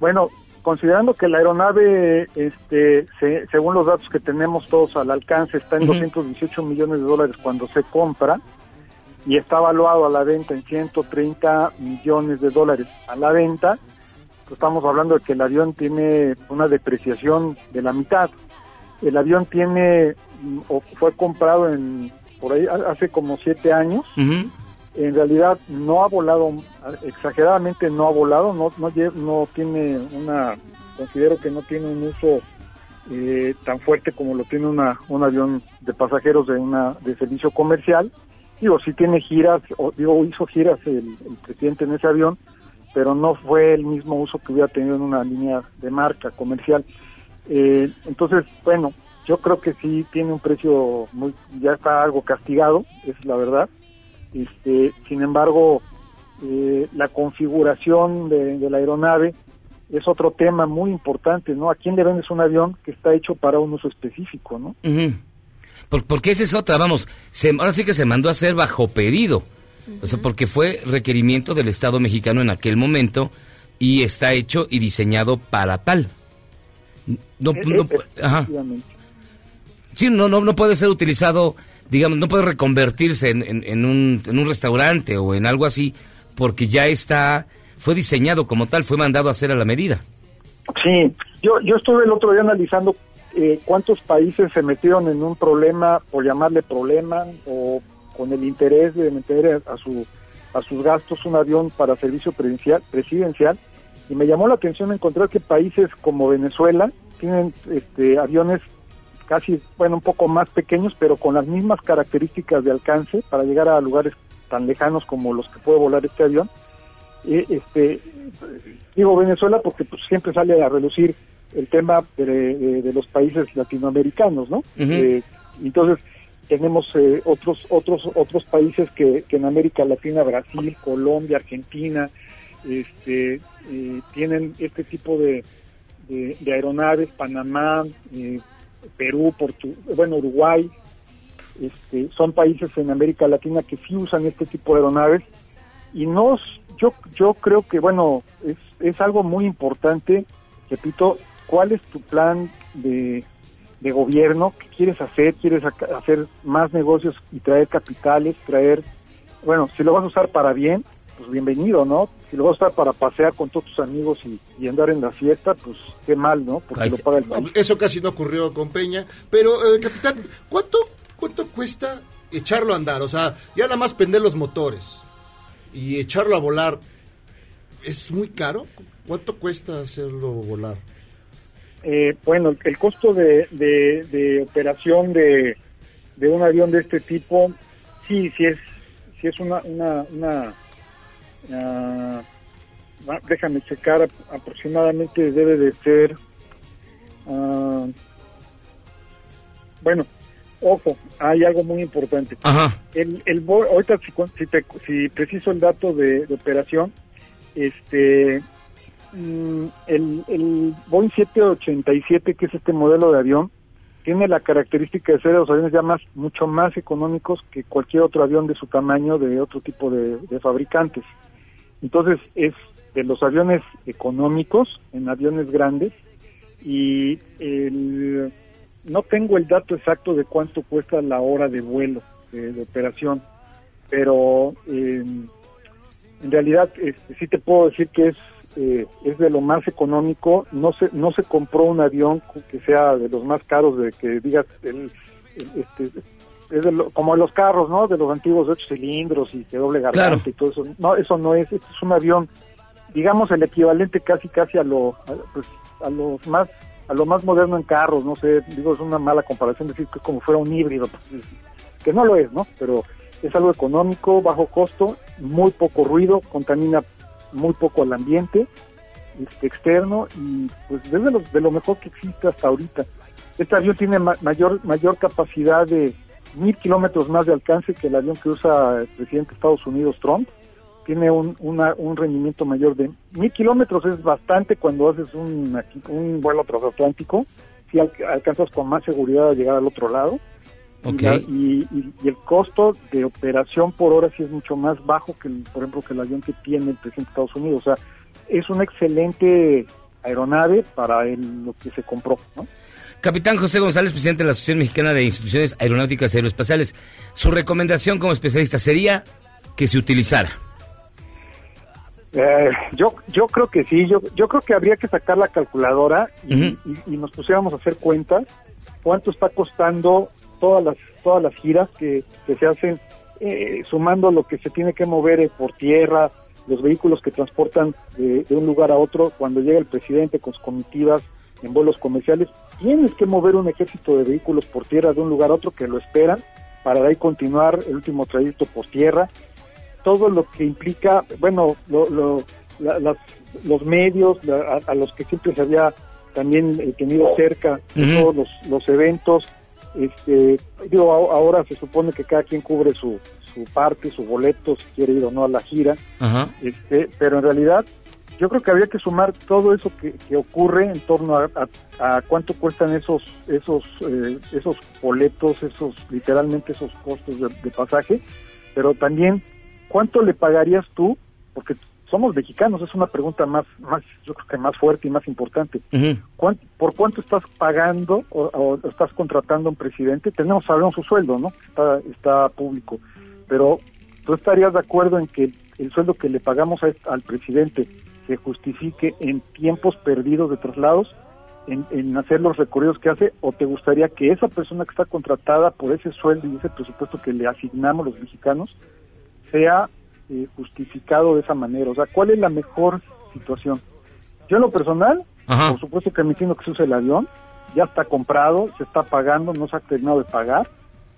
Bueno, considerando que la aeronave, este, se- según los datos que tenemos todos al alcance, está en
Ujú.
218 millones de dólares cuando se compra y está valuado a la venta en 130 millones de dólares a la venta, pues estamos hablando de que el avión tiene una depreciación de la mitad. El avión tiene, mm, o fue comprado en, por ahí ha- hace como siete años, en realidad no ha volado, exageradamente no ha volado, no, no, lle- no tiene una, considero que no tiene un uso eh, tan fuerte como lo tiene una, un avión de pasajeros de, una, de servicio comercial. Digo, sí tiene giras, o, digo, hizo giras el, el presidente en ese avión, pero no fue el mismo uso que hubiera tenido en una línea de marca comercial. Eh, entonces, bueno, yo creo que sí tiene un precio muy, ya está algo castigado, es la verdad. Este, sin embargo, eh, la configuración de, de la aeronave es otro tema muy importante, ¿no? ¿A quién le vendes un avión que está hecho para un uso específico, no?
Ujú. Por- porque esa es otra, vamos, se- ahora sí que se mandó a hacer bajo pedido, o sea, porque fue requerimiento del Estado mexicano en aquel momento y está hecho y diseñado para tal. No,
Eh,
no-
eh,
ajá.
efectivamente.
Sí, no, no, no puede ser utilizado, digamos, no puede reconvertirse en, en- en un, en un restaurante o en algo así, porque ya está, fue diseñado como tal, fue mandado a hacer a la medida.
Sí, yo, yo estuve el otro día analizando eh, cuántos países se metieron en un problema, por llamarle problema, o con el interés de meter a, su, a sus gastos un avión para servicio presidencial, presidencial. Y me llamó la atención encontrar que países como Venezuela tienen este, aviones casi, bueno, un poco más pequeños, pero con las mismas características de alcance para llegar a lugares tan lejanos como los que puede volar este avión. Eh, este, digo Venezuela porque pues, siempre sale a relucir el tema de, de- de los países latinoamericanos, ¿no? Eh, entonces tenemos eh, otros otros otros países que, que en América Latina, Brasil, Colombia, Argentina, este, eh, tienen este tipo de, de- de aeronaves, Panamá, eh, Perú, Portu bueno Uruguay, este, son países en América Latina que sí usan este tipo de aeronaves y nos yo yo creo que bueno es, es algo muy importante repito cuál es tu plan de, de gobierno qué quieres hacer quieres aca- hacer más negocios y traer capitales traer bueno si lo vas a usar para bien pues bienvenido no si lo vas a usar para pasear con todos tus amigos y, y andar en la fiesta pues qué mal no porque lo paga el país
Eso casi no ocurrió con Peña. Pero, eh, capitán, ¿cuánto, ¿cuánto cuesta echarlo a andar? O sea, ya nada más prender los motores y echarlo a volar. ¿Es muy caro? ¿Cuánto cuesta hacerlo volar?
Eh, bueno, el costo de, de- de operación de, de un avión de este tipo, sí, sí es, sí es una... una, una, ah, va- déjame checar, ap- aproximadamente debe de ser... ah, bueno, ojo, hay algo muy importante.
Ajá.
El, el, vo- ahorita si, cu- si, te- si preciso el dato de, de operación, este mm, el, el Boeing 787, que es este modelo de avión, tiene la característica de ser de los aviones ya más, mucho más económicos que cualquier otro avión de su tamaño de otro tipo de, de fabricantes. Entonces es de los aviones económicos en aviones grandes y el- no tengo el dato exacto de cuánto cuesta la hora de vuelo eh, de, de operación, pero eh, en realidad este, sí te puedo decir que es eh, es de lo más económico. No se no se compró un avión que sea de los más caros de que digas el- el- este, es de lo- como los carros, ¿no? De los antiguos de ocho cilindros y de doble garganta
Claro.
y todo eso. No, eso no es. Este es un avión, digamos el equivalente casi casi a lo a, pues, a los más a lo más moderno en carros. No sé, digo es una mala comparación decir que es como fuera un híbrido, pues, que no lo es, ¿no? Pero es algo económico, bajo costo, muy poco ruido, contamina muy poco al ambiente este, externo y pues es de lo, de lo mejor que existe hasta ahorita. Este avión tiene ma- mayor mayor capacidad de mil kilómetros más de alcance que el avión que usa el presidente de Estados Unidos Trump. Tiene un, una- un rendimiento mayor de mil kilómetros, es bastante cuando haces un, un vuelo transatlántico, si al- alcanzas con más seguridad a llegar al otro lado.
Ok.
Y, y- y el costo de operación por hora sí es mucho más bajo que, el- por ejemplo, que el avión que tiene el presidente de Estados Unidos. O sea, es una excelente aeronave para el- lo que se compró, ¿no?
Capitán José González, presidente de la Asociación Mexicana de Instituciones Aeronáuticas y Aeroespaciales, su recomendación como especialista sería que se utilizara?
Eh, yo, yo creo que sí, yo, yo creo que habría que sacar la calculadora y, y- y nos pusiéramos a hacer cuentas cuánto está costando todas las todas las giras que, que se hacen, eh, sumando lo que se tiene que mover eh, por tierra, los vehículos que transportan eh, de un lugar a otro, cuando llega el presidente con sus comitivas en vuelos comerciales, tienes que mover un ejército de vehículos por tierra de un lugar a otro que lo esperan para de ahí continuar el último trayecto por tierra todo lo que implica, bueno, lo- lo- la- las- los medios la- a, a los que siempre se había también eh, tenido cerca
Ujú.
todos los, los eventos. Este, digo, a- ahora se supone que cada quien cubre su, su parte, su boleto, si quiere ir o no a la gira.
Ajá.
Este, pero en realidad, yo creo que habría que sumar todo eso que, que ocurre en torno a, a- a cuánto cuestan esos esos eh, esos boletos, esos literalmente esos costos de, de pasaje, pero también cuánto le pagarías tú, porque somos mexicanos, es una pregunta más más yo creo que más fuerte y más importante. ¿Cuán- ¿Por cuánto estás pagando o, o estás contratando a un presidente? Tenemos, sabemos su sueldo, ¿no? Está, está público. Pero tú estarías de acuerdo en que el sueldo que le pagamos a- al presidente se justifique en tiempos perdidos de traslados, en, en hacer los recorridos que hace, o te gustaría que esa persona que está contratada por ese sueldo y ese presupuesto que le asignamos los mexicanos sea eh, justificado de esa manera? O sea, ¿cuál es la mejor situación? Yo en lo personal,
Ajá.
por supuesto que me entiendo que se usa el avión, ya está comprado, se está pagando, no se ha terminado de pagar,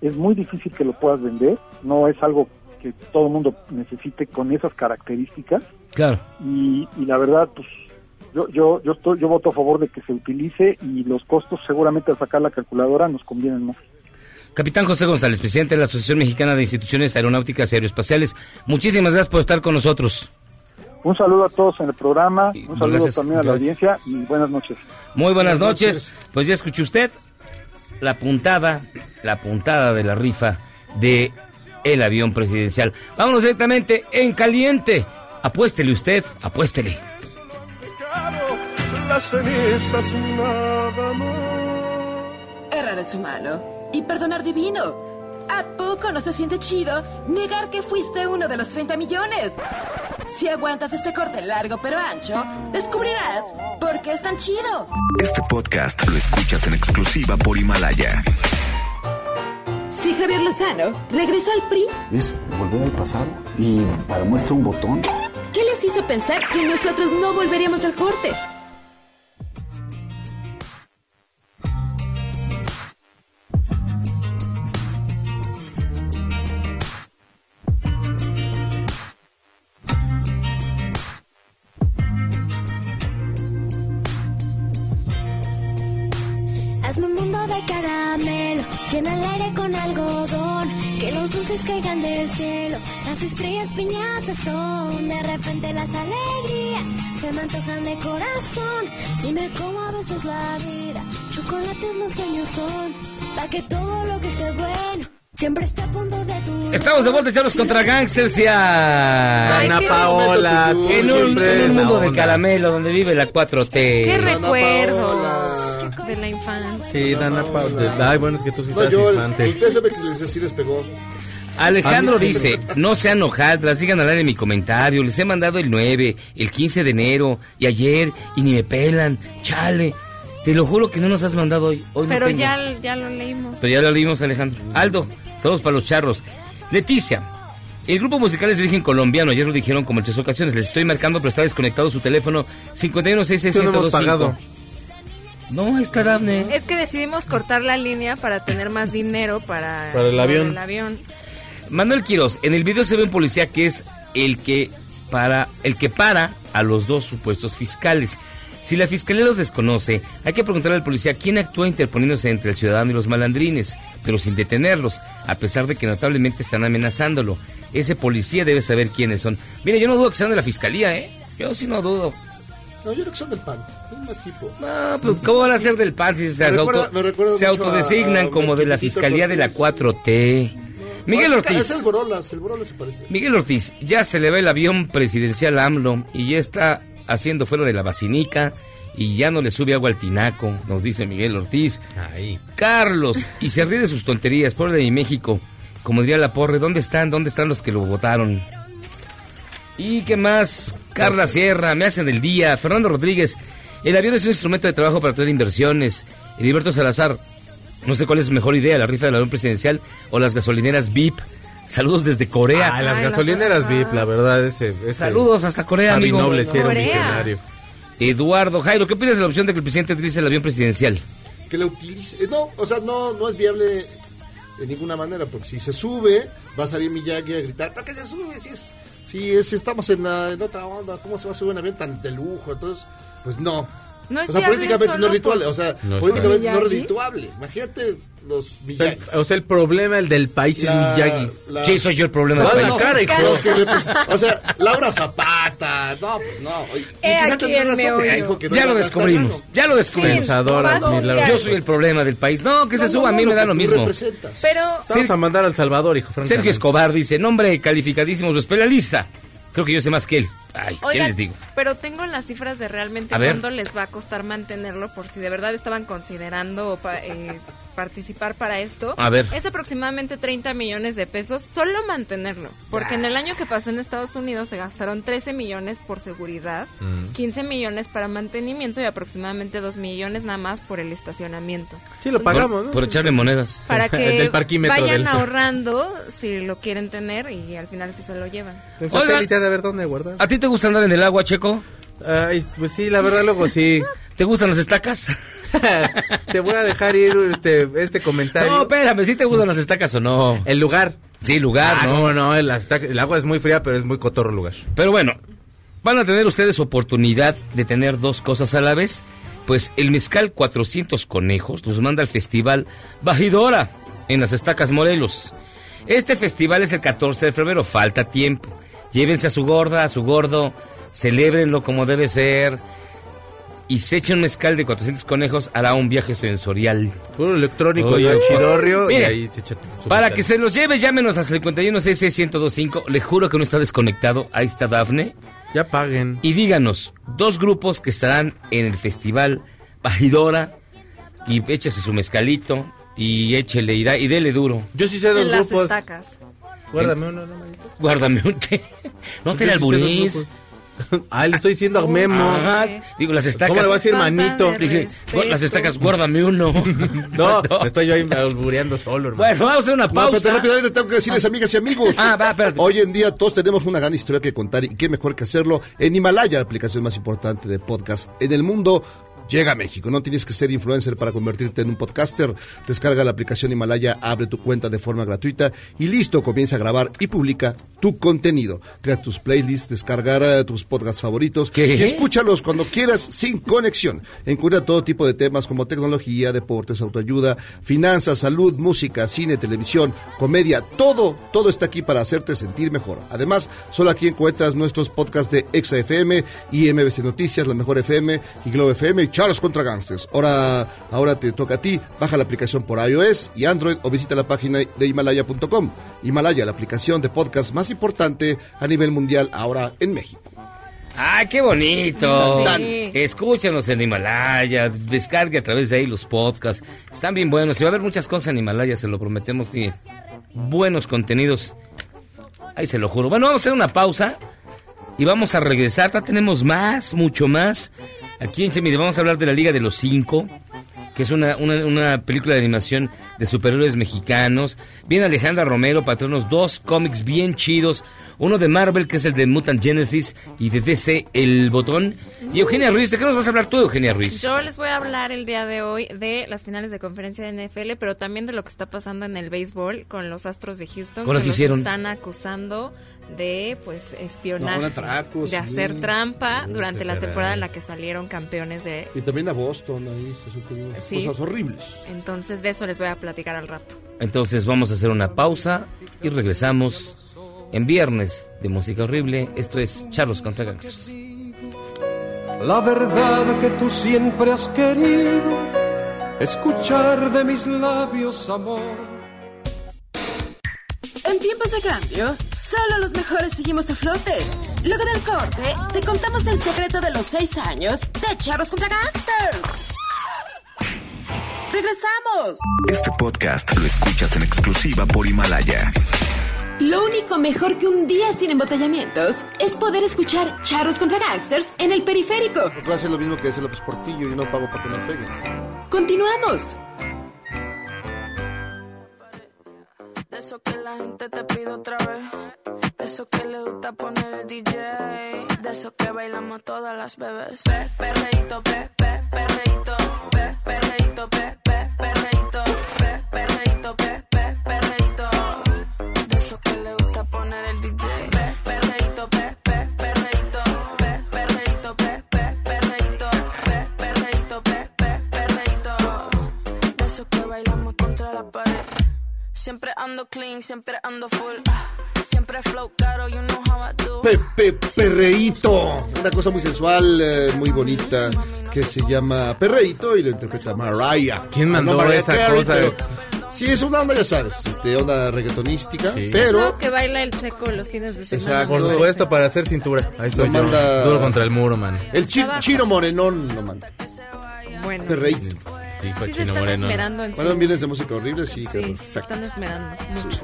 es muy difícil que lo puedas vender, no es algo que todo el mundo necesite con esas características
Claro.
y, y la verdad pues yo yo yo estoy, yo voto a favor de que se utilice y los costos seguramente al sacar la calculadora nos convienen más.
Capitán José González, presidente de la Asociación Mexicana de Instituciones Aeronáuticas y Aeroespaciales, muchísimas gracias por estar con nosotros.
Un saludo a todos en el programa, un saludo
gracias,
también a la
gracias.
audiencia y buenas noches.
Muy buenas
Buenas
noches.
noches.
Pues ya escuchó usted la puntada, la puntada de la rifa de el avión presidencial. Vámonos directamente en caliente. Apuéstele usted, apuéstele.
Las cenizas nada más.
Errar es humano y perdonar divino. ¿A poco no se siente chido negar que fuiste uno de los 30 millones? Si aguantas este corte largo pero ancho, descubrirás por qué es tan chido.
Este podcast lo escuchas en exclusiva por Himalaya.
Si Javier Lozano regresó al PRI,
Es volver al pasado y para muestra un botón.
¿qué les hizo pensar que nosotros no volveríamos al corte?
Hazme un mundo de caramelo, llena el aire con algodón, que los dulces caigan del cielo, las estrellas piñatas son, de repente las alegrías se me antojan de corazón, dime cómo a veces la vida, chocolates los sueños son, para que todo lo que esté bueno siempre esté a punto de tu
Estamos de vuelta, charlos contra gangsters y a...
Ay, Ana qué Paola, bonito. tú
En un,
siempre
en un
eres la
mundo de
onda.
caramelo donde vive la 4T.
Qué
Paola.
recuerdos de la infancia.
Sí, Dana Paola. Ay, bueno, es que tú sí
No,
estás
yo,
infante.
usted sabe que les, así les pegó.
Alejandro
A mí sí,
dice, no sean hojaldras, digan al aire mi comentario, les he mandado el 9, el 15 de enero y ayer y ni me pelan, chale, te lo juro que no nos has mandado hoy. hoy no
Pero
tengo".
ya, ya lo leímos.
Pero ya lo leímos Alejandro. Aldo, saludos para los charros. Leticia, el grupo musical es de origen colombiano, ayer lo dijeron como en tres ocasiones, les estoy marcando pero está desconectado su teléfono 5166125.
Yo no hemos pagado.
No, ahí está Dafne.
Es que decidimos cortar la línea para tener más dinero para,
Para el
lo
avión.
del avión.
Manuel Quiroz, en el video se ve un policía que es el que para, el que para a los dos supuestos fiscales. Si la fiscalía los desconoce, hay que preguntarle al policía quién actúa interponiéndose entre el ciudadano y los malandrines, pero sin detenerlos, a pesar de que notablemente están amenazándolo. Ese policía debe saber quiénes son. Mira, yo no dudo que sean de la fiscalía, ¿eh? Yo sí no dudo.
No, yo creo que son del pan. Es más tipo.
No, pues, ¿cómo van a ser del PAN si se,
Me recuerda-
auto-
me recuerda
se
mucho a-
autodesignan
a
como de la
Martín Quito
fiscalía de la 4T? Miguel
Ah,
Ortiz.
Es el Borolas, el Borolas se parece.
Miguel Ortiz, ya se le va el avión presidencial a AMLO y ya está haciendo fuera de la vacinica y ya no le sube agua al tinaco, nos dice Miguel Ortiz. Carlos, y se ríe de sus tonterías, pobre de mi México. Como diría la porre, ¿dónde están? ¿Dónde están los que lo votaron? ¿Y qué más? Carla Sierra, me hacen el día. Fernando Rodríguez, el avión es un instrumento de trabajo para traer inversiones. Heriberto Salazar, no sé cuál es mejor idea, la rifa del avión presidencial o las gasolineras VIP. Saludos desde Corea.
Ah, las gasolineras VIP, la verdad, ese. ese-
Saludos hasta Corea,
Xavi
amigo.
Noble sí era un
Corea.
visionario.
Eduardo Jairo, ¿qué opinas de la opción de que el presidente utilice el avión presidencial?
que la utilice. eh, No, o sea, no, no es viable de ninguna manera, porque si se sube, va a salir Miyagi a gritar, ¿para qué se sube? Si es, si es- si estamos en, la- en otra onda, ¿cómo se va a subir un avión tan de lujo? Entonces, pues no.
No es
o sea,
viable
políticamente
solo
no es ritual,
por-
o sea,
No es
políticamente no es
Miyagi.
redituable. Imagínate los
O sea,
Miyagi.
el- O sea, el problema, el del país
La-
es Miyagi.
la-
Sí, soy yo el problema del
Guarda
país.
la cara, hijo.
Los que repres- o sea, Laura Zapata, no, pues no. Y- y
He
quizá
aquí
tendría
el
razón, porque
meoyo.
dijo que no
ya
iba
lo
a gastar
descubrimos,
nada.
ya lo descubrimos.
Pensadoras,
Vas a
mis Laura.
Yo soy el problema del país. No, que se
No,
suba, a
no,
mí
no,
me da
que
lo
tú
mismo.
representas.
Pero
Vamos a mandar al Salvador, hijo,
Sergio
francamente.
Escobar dice, nombre calificadísimo, su la lista. Creo que yo sé más que él. Ay, ¿qué
Oigan,
les digo?
Pero tengo las cifras de realmente
A ver.
cuándo les va a costar mantenerlo por si de verdad estaban considerando pa- eh, participar para esto.
A ver.
Es aproximadamente 30 millones de pesos solo mantenerlo. Porque en el año que pasó en Estados Unidos se gastaron 13 millones por seguridad,
Mm.
15 millones para mantenimiento y aproximadamente 2 millones nada más por el estacionamiento.
Sí, lo pagamos, ¿no?
Por echarle monedas.
Para que
Del parquímetro
vayan
del-
ahorrando si lo quieren tener y al final si se lo llevan.
El
Oigan.
satélite ha de ver dónde guardar.
¿A ti te gusta andar en el agua, Checo?
Ay, pues sí, la verdad, luego sí.
¿Te gustan las estacas?
Te voy a dejar ir este, este comentario.
No, espérame, ¿sí te gustan las estacas o no?
El lugar.
Sí, lugar,
Ah,
¿no?
cómo no, el, hasta- el agua es muy fría, pero es muy cotorro el lugar.
Pero bueno, van a tener ustedes oportunidad de tener dos cosas a la vez. Pues el mezcal 400 conejos los manda al festival Bajidora en las Estacas Morelos. Este festival es el 14 de febrero, falta tiempo. Llévense a su gorda, a su gordo, celébrenlo como debe ser. Y se echen un mezcal de 400 conejos, hará un viaje sensorial.
Puro electrónico,
Oye,
y
oye.
chidorrio, y
Mire,
ahí se echa su
Para
mezcal.
que se los lleve, llámenos a 51661025. Le juro que no está desconectado. Ahí está Dafne.
Ya paguen.
Y díganos, dos grupos que estarán en el festival Bajidora. Y échese su mezcalito. Y échele y, da- y dele duro.
Yo sí sé dos
en las
grupos.
estacas.
Guárdame uno, no, Mayito.
Guárdame un qué. No te
Yo sí sé dos
la alburees.
grupos. Ah, le estoy diciendo a Memo.
Ajá.
Ok.
Digo, las estacas.
¿Cómo le vas a decir manito?
de
Dije,
respeto.
"Gu- Las estacas, guárdame uno.
No, estoy yo ahí albureando solo, hermano.
Bueno, vamos a hacer una
No, pero
pausa.
rápidamente tengo que decirles, amigas y amigos.
Ah, va, espérate.
Hoy en día todos tenemos una gran historia que contar y qué mejor que hacerlo en Himalaya, la aplicación más importante de podcast en el mundo. Llega a México, no tienes que ser influencer para convertirte en un podcaster. Descarga la aplicación Himalaya, abre tu cuenta de forma gratuita y listo, comienza a grabar y publica tu contenido. Crea tus playlists, descargar eh, tus podcasts favoritos
¿Qué?
y escúchalos cuando quieras sin conexión. Encuentra todo tipo de temas como tecnología, deportes, autoayuda, finanzas, salud, música, cine, televisión, comedia, todo, todo está aquí para hacerte sentir mejor. Además, solo aquí encuentras nuestros podcasts de Exa FM y MBC Noticias, La Mejor FM y Globo FM y Charles contra Gangsters. Ahora, ahora te toca a ti, baja la aplicación por iOS y Android o visita la página de himalaya.com. Himalaya, la aplicación de podcast más importante a nivel mundial ahora en México.
¡Ay, qué bonito!
Sí.
Escúchanos en Himalaya, descargue a través de ahí los podcasts. Están bien buenos. Y va a haber muchas cosas en Himalaya, se lo prometemos. Y buenos contenidos. Ahí se lo juro. Bueno, vamos a hacer una pausa y vamos a regresar. Ya tenemos más, mucho más. Aquí en Chemide vamos a hablar de la Liga de los Cinco, que es una, una, una película de animación de superhéroes mexicanos. Viene Alejandra Romero para traernos dos cómics bien chidos. Uno de Marvel, que es el de Mutant Genesis, y de DC, El Botón. Y Eugenia Ruiz, ¿de qué nos vas a hablar tú, Eugenia Ruiz?
Yo les voy a hablar el día de hoy de las finales de conferencia de NFL, pero también de lo que está pasando en el béisbol con los Astros de Houston,
Con lo que
los
hicieron.
están acusando de pues espionaje,
No, un atraco,
de
sí.
hacer trampa
Uy,
durante
qué
la
caray.
temporada en la que salieron campeones de
Y también a Boston, ahí se sucedieron
Sí.
cosas horribles.
entonces de eso les voy a platicar al rato.
Entonces vamos a hacer una pausa y regresamos en viernes de música horrible. Esto es Charlos contra Gangsters.
La verdad que tú siempre has querido escuchar de mis labios, amor.
En tiempos de cambio, solo los mejores seguimos a flote. Luego del corte, te contamos el secreto de los seis años de Charros contra Gangsters. ¡Regresamos!
Este podcast lo escuchas en exclusiva por Himalaya.
Lo único mejor que un día sin embotellamientos es poder escuchar Charros contra Gangsters en el periférico.
Puedo hacer lo mismo que hace López Portillo, yo no pago para que me peguen.
Continuamos.
De eso que la gente te pide otra vez. De eso que le gusta poner el DJ. De eso que bailamos todas las bebés. Pe, perreíto, pe, pe, perreíto. Pe, perreíto, pe, pe, perreíto. Pe, perreíto, pe, pe, perreíto. De eso que le gusta poner el DJ. Pe, perreíto, pe, pe, perreíto. Pe, perreíto, pe, pe, perreíto. Pe, perreíto, pe, pe, perreíto. De eso que bailamos contra la pared. Siempre ando clean, siempre ando full. ah. Siempre flow caro, you know how I do.
Pepe Perreíto. Una cosa muy sensual, eh, muy bonita, que se llama Perreíto y lo interpreta Mariah. Ah,
¿Quién
No
mandó
Mariah
esa
Carey,
cosa?
pero- Sí, es una onda, ya sabes, este, onda reggaetonística, pero...
No, que baila el checo los fines de semana.
Por supuesto, para hacer cintura. Ahí estoy
Lo
yo.
manda-
Duro contra el muro, man.
El chi- chino morenón lo manda.
Bueno,
Perreíto.
Sí,
Sí se están Moreno. esperando en
Bueno,
sí.
miles de música horrible, sí, claro.
sí, se están esmerando mucho.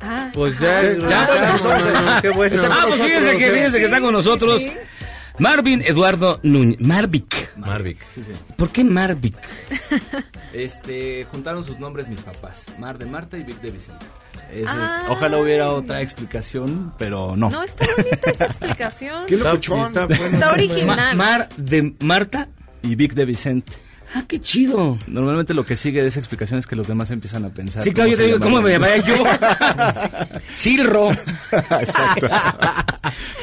Ah,
Pues ya,
ajá.
ya, bueno, no, no, no, qué bueno.
Ah, pues fíjense
¿eh?
que, fíjense que está con nosotros Marvin Eduardo Núñez. Marvic.
Marvic. Sí, sí.
¿Por qué Marvic?
Este, juntaron sus nombres mis papás, Mar de Marta y Vic de Vicente. Ese es-
Ah.
ojalá hubiera otra explicación, pero no.
No, está bonita esa explicación. Está
Ma-
original.
Mar de Marta
y Vic de Vicente.
Ah, qué chido.
Normalmente lo que sigue de esa explicación es que los demás empiezan a pensar.
Sí, claro, yo
se
te digo,
llamaría.
¿cómo me llamaría yo? Silro.
Exacto.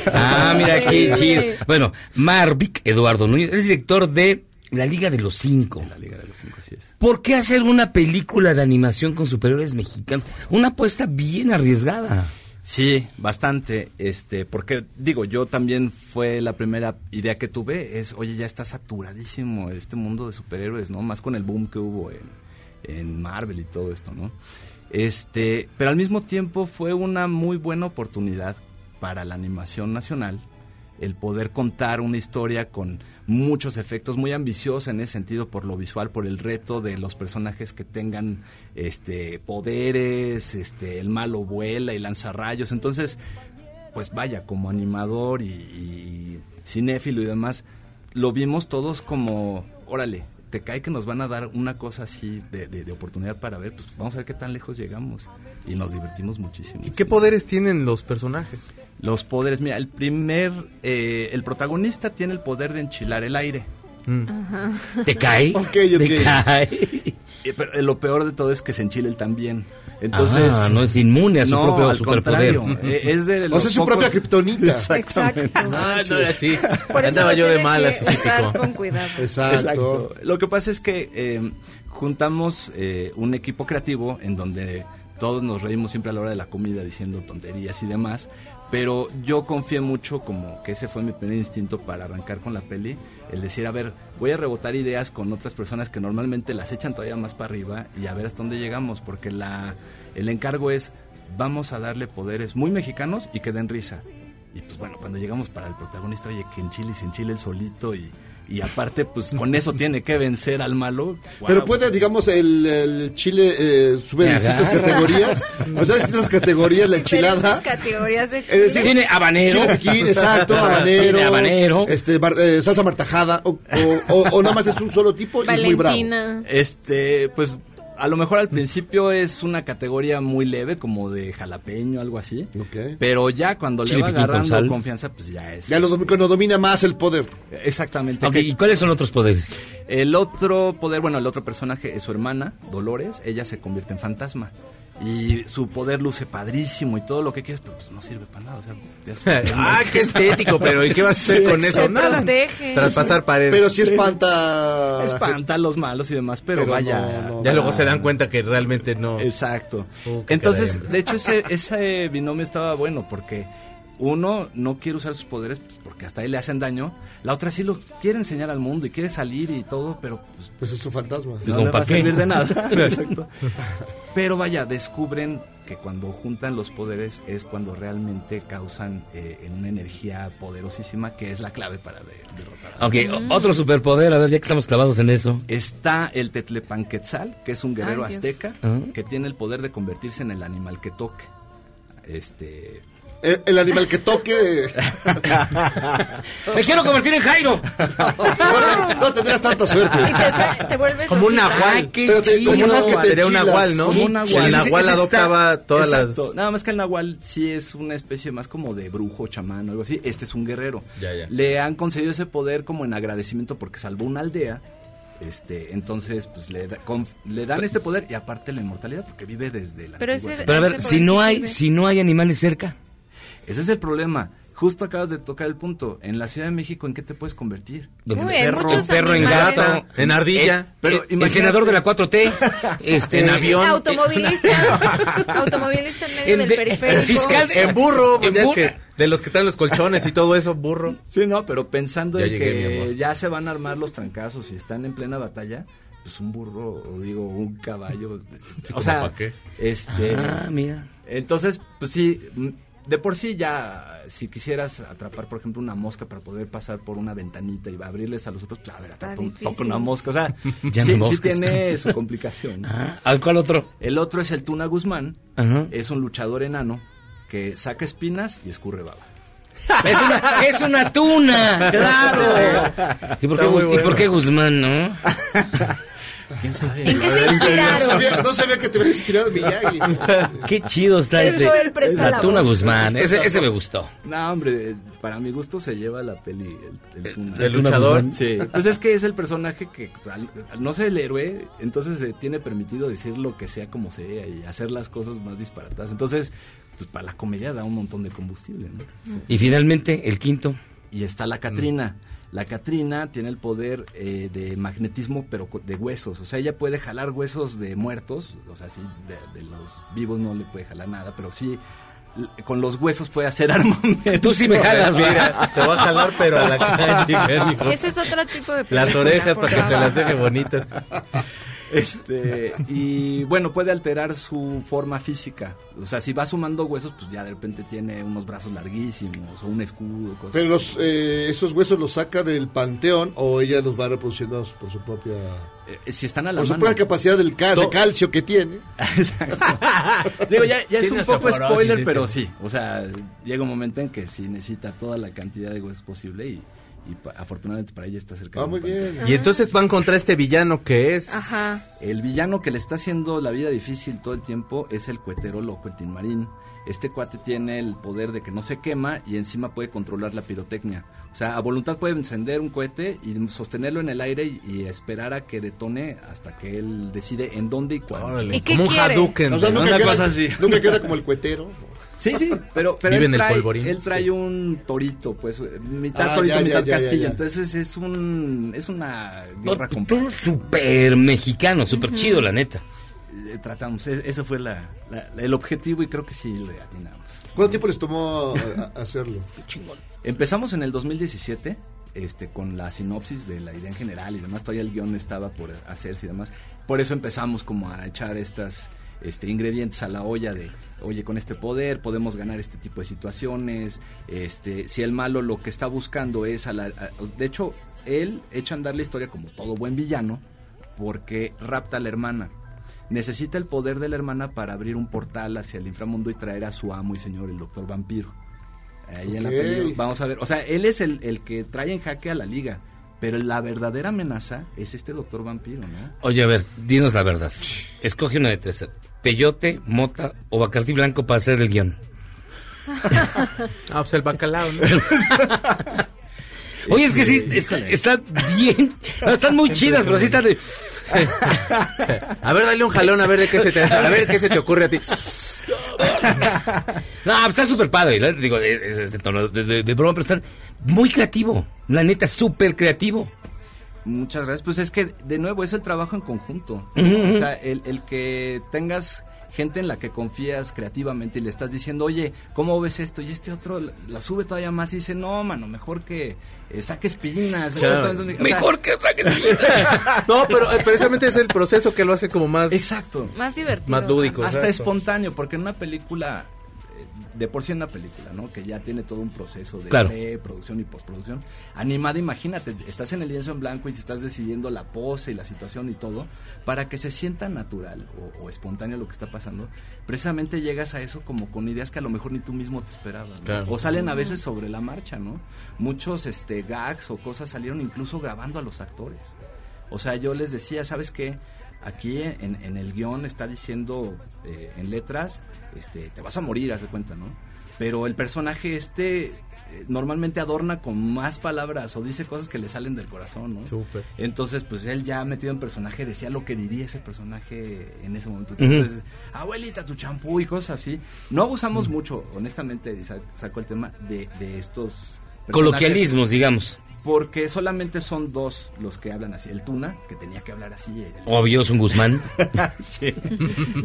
Ah, mira, qué
Sí.
chido. Bueno, Marvic Eduardo Núñez es director de La Liga de los Cinco. la
Liga de los Cinco, así es.
¿Por qué hacer una película de animación con superhéroes mexicanos? Una apuesta bien arriesgada.
Ah. Sí, bastante, este, porque digo, yo también fue la primera idea que tuve, es, oye, ya está saturadísimo este mundo de superhéroes, ¿no? Más con el boom que hubo en, en Marvel y todo esto, ¿no? Este, pero al mismo tiempo fue una muy buena oportunidad para la animación nacional el poder contar una historia con muchos efectos, muy ambiciosa en ese sentido por lo visual, por el reto de los personajes que tengan este poderes, este el malo vuela y lanza rayos. Entonces, pues vaya, como animador y, y cinéfilo y demás, lo vimos todos como, órale, te cae que nos van a dar una cosa así de, de- de oportunidad para ver, pues vamos a ver qué tan lejos llegamos. Y nos divertimos muchísimo.
¿Y qué poderes tienen los personajes?
Los poderes, mira, el primer, eh, el protagonista tiene el poder de enchilar el aire.
Mm. ¿Te cae?
Ok,
¿Te
ok.
cae?
Eh, Pero eh, lo peor de todo es que se enchila él también. Entonces,
Ah, no es inmune a su
No,
propio
al
superpoder.
contrario, eh, es de
O sea, es su propia kriptonita.
Exactamente.
Ah, no era así.
Por eso
Andaba
lo
yo de
tiene
malas.
que
sí,
usar
pico.
con cuidado.
Exacto. Lo que pasa es que eh, juntamos eh, un equipo creativo en donde todos nos reímos siempre a la hora de la comida diciendo tonterías y demás. Pero yo confié mucho, como que ese fue mi primer instinto para arrancar con la peli, el decir, a ver, voy a rebotar ideas con otras personas que normalmente las echan todavía más para arriba y a ver hasta dónde llegamos, porque la, el encargo es, vamos a darle poderes muy mexicanos y que den risa. Y pues bueno, cuando llegamos para el protagonista, oye, que en Chile y se en Chile el solito y, y aparte, pues con eso tiene que vencer al malo.
Pero pues,
Guau.
puede, digamos, el, el chile eh, sube
Me
distintas
agarra.
categorías. O sea, distintas categorías, la
Diferentes
enchilada.
categorías de
Es decir,
chile.
Chile piquín, exacto,
Exacto,
habanero.
tiene habanero.
Este, bar- eh, salsa martajada. O, o- o- o nada más es un solo tipo y es muy bravo.
Este, pues a lo mejor al principio es una categoría muy leve, como de jalapeño, algo así. Pero ya cuando le
Chile
va
piquín con sal.
agarrando confianza, pues ya es.
Ya los dom- cuando domina más el poder.
Exactamente.
Ok, ¿Y cuáles son otros poderes?
El otro poder, bueno, el otro personaje es su hermana, Dolores. Ella se convierte en fantasma. Y su poder luce padrísimo y todo lo que quieres, pero pues no sirve para nada. o sea, te hace-
Ah, qué estético, pero ¿y qué vas a hacer con eso?
Se
Nada.
protege.
Traspasar paredes.
Pero sí
espanta.
Espanta a los malos y demás, pero,
Pero
vaya.
no, no, Ya luego se dan cuenta que realmente no.
Exacto.
qué
Entonces,
caray,
de hecho, ese, ese binomio estaba bueno porque uno no quiere usar sus poderes pues, porque hasta ahí le hacen daño. La otra sí lo quiere enseñar al mundo y quiere salir y todo, pero pues,
Pues es su fantasma.
no le va a servir de nada. Exacto. Pero vaya, descubren que cuando juntan los poderes es cuando realmente causan eh, una energía poderosísima que es la clave para de- derrotar. a
Ok,
Batman.
o- otro superpoder, a ver, ya que estamos clavados en eso.
Está el Tetlepanquetzal, que es un guerrero
Ay, Dios.
azteca
Ah.
que tiene el poder de convertirse en el animal que toque. Este.
El, el animal que toque.
Me quiero convertir en Jairo.
no, no tendrías tanta suerte.
Y te, sa- te vuelves
Como un
rosita.
nahual.
qué
Pero te-
chido.
como
Como
más que te Sería un
Chilas.
nahual, ¿no?
Sí,
Un nahual.
sí,
El
sí,
nahual
sí, sí,
adoptaba
está-
todas las-
Exacto. Nada más que el nahual sí es una especie más como de brujo, chamán o algo así. Este es un guerrero.
Ya, ya.
Le han concedido ese poder como en agradecimiento porque salvó una aldea. Este, entonces, pues le, da- conf- le dan este poder y aparte la inmortalidad porque vive desde la
Pero
antigua
ese-
Roma.
Pero a ver, si no hay, si no hay animales cerca.
Ese es el problema. Justo acabas de tocar el punto. En la Ciudad de México, ¿en qué te puedes convertir?
Uy, en muchos perro, en animales. gato, en ardilla. Eh, el senador de la 4T, este, En
eh,
avión.
Automovilista. automovilista en medio
En
del
de-
periférico.
En burro, pues,
En
ya es
burro.
que de los que traen los colchones y todo eso, burro.
Sí, no, pero pensando
Ya
en
llegué, mi
que
amor.
ya se van a armar los trancazos y están en plena batalla, pues un burro, o digo, un caballo. o
como
sea,
pa' qué.
este.
Ah, mira.
Entonces, pues sí, mm, de por sí ya, si quisieras atrapar, por ejemplo, una mosca para poder pasar por una ventanita y abrirles a los otros, pues a ver, atrapa un,
difícil.
toca una mosca. O sea,
Ya
sí,
no
sí
moscas.
tiene su complicación.
Ah, ¿al cuál otro?
El otro es el Tuna Guzmán.
Ajá.
Es un luchador enano que saca espinas y escurre baba.
Es una, es una tuna, claro. ¿Y por, qué,
Está muy
Gus- y
bueno.
por qué Guzmán, no?
¿Quién sabe?
¿En qué se
No
inspiraron?
sabía, no sabía que te había inspirado Miyagi.
Qué chido está
El
ese.
Joel presta
La
la
tuna
voz.
Guzmán,
Presta
ese,
la
ese me
voz.
gustó.
No, hombre, para mi gusto se lleva la peli el, el Tuna.
Eh, ¿El Tuna luchador? Guzmán?
Sí. Pues es que es el personaje que, al, al no ser el héroe, entonces se tiene permitido decir lo que sea como sea y hacer las cosas más disparatadas. Entonces, pues para la comedia da un montón de combustible, ¿no?
Y finalmente, el quinto.
Y está la Catrina. La Catrina tiene el poder eh, de magnetismo, pero co- de huesos. O sea, ella puede jalar huesos de muertos. O sea, sí, de, de los vivos no le puede jalar nada, pero sí l- con los huesos puede hacer armamento.
Tú sí me jalas, mira.
Te voy a jalar, pero a la calle, canijo.
Ese es otro tipo de
Las
película,
orejas
por
para que te las
favor.
deje bonitas.
Este, y bueno, puede alterar su forma física. O sea, si va sumando huesos, pues ya de repente tiene unos brazos larguísimos o un escudo, cosas.
Pero los, eh, esos huesos los saca del panteón o ella los va reproduciendo por su propia.
Eh, si están a la
Por su
mano.
propia capacidad del ca- de
To-
calcio que tiene.
Digo, ya, ya es
Tiene
un poco
osteoporosis,
spoiler,
sí,
pero
tiene.
sí. O sea, llega un momento en que sí necesita toda la cantidad de huesos posible y, y pa- afortunadamente para ella está cerca.
Ah,
de un
muy
panteón.
bien.
Y entonces van contra este villano que es.
Ajá.
El villano que le está haciendo la vida difícil todo el tiempo es el cuetero loco, el Tinmarín. Este cuate tiene el poder de que no se quema y encima puede controlar la pirotecnia. O sea, a voluntad puede encender un cohete y sostenerlo en el aire y, y esperar a que detone hasta que él decide en dónde y cuándo.
Órale, ¿Y qué como un quiere? Hadouken.
O sea, nunca,
Una
queda,
cosa así.
nunca queda como el cuetero.
Sí, sí, pero, pero
Vive
él,
en el
trae,
polvorín.
él trae un torito, pues, mitad
Ah,
torito,
ya, ya,
mitad
ya, ya,
castillo.
ya.
Entonces es un es una guerra
No,
completa.
Super mexicano, super
Ujú.
chido, la neta.
Eh, Tratamos, e- ese fue la- la- la- el objetivo y creo que sí le atinamos.
¿Cuánto tiempo les tomó eh, a- a- hacerlo?
Empezamos en el 2017 este, con la sinopsis de la idea en general y demás. Todavía el guión estaba por hacerse y demás. Por eso empezamos como a echar estas este, ingredientes a la olla de, oye, con este poder podemos ganar este tipo de situaciones. Este, si el malo lo que está buscando es... A la, a- de hecho, él echa a andar la historia como todo buen villano porque rapta a la hermana. Necesita el poder de la hermana para abrir un portal hacia el inframundo y traer a su amo y señor, el doctor vampiro. Ahí en la
Ok.
película, vamos a ver. O sea, él es el, el que trae en jaque a la liga. Pero la verdadera amenaza es este doctor vampiro, ¿no?
Oye, a ver, dinos la verdad. Escoge una de tres. Peyote, mota o Bacardi Blanco para hacer el guión.
Ah, pues el bacalao, ¿no?
Oye, es que sí, está-
Este,
están bien. No, están muy chidas, pero sí están... de-
A ver, dale un jalón, a ver de qué se te, a ver qué se te ocurre a ti.
No, está súper padre. ¿no? Digo, es- es- es de tono de, de- de broma, pero están muy creativo. La neta, súper creativo.
Muchas gracias. Pues es que, de nuevo, es el trabajo en conjunto.
Ujú,
O
ujú.
sea, el, el que tengas gente en la que confías creativamente y le estás diciendo, oye, ¿cómo ves esto? Y este otro la- la sube todavía más y dice, no, mano, mejor que eh, saques pinas.
Claro. Mejor
que saques
No, pero eh, precisamente es el proceso que lo hace como más.
Exacto.
Más divertido.
Más lúdico.
Hasta
exacto.
espontáneo, porque en una película, eh, de por sí en una película, ¿no? Que ya tiene todo un proceso de
Claro.
preproducción y postproducción. Animada, imagínate, estás en el lienzo en blanco y estás decidiendo la pose y la situación y todo, para que se sienta natural o, o espontáneo lo que está pasando. Precisamente llegas a eso como con ideas que a lo mejor ni tú mismo te esperabas, ¿no?
Claro.
O salen a veces sobre la marcha, ¿no? Muchos este, gags o cosas salieron incluso grabando a los actores. O sea, yo les decía, ¿sabes qué? Aquí en, en el guión está diciendo eh, en letras, este, te vas a morir, haz de cuenta, ¿no? Pero el personaje este eh, normalmente adorna con más palabras o dice cosas que le salen del corazón, ¿no?
Súper.
Entonces, pues él ya metido en personaje decía lo que diría ese personaje en ese momento. Entonces,
Ujú.
abuelita, tu champú y cosas así. No abusamos mucho, honestamente, y sa- saco el tema de, de estos... personajes.
Coloquialismos, digamos.
Porque solamente son dos los que hablan así. El Tuna, que tenía que hablar así. el-
Obvio, es un Guzmán.
Sí.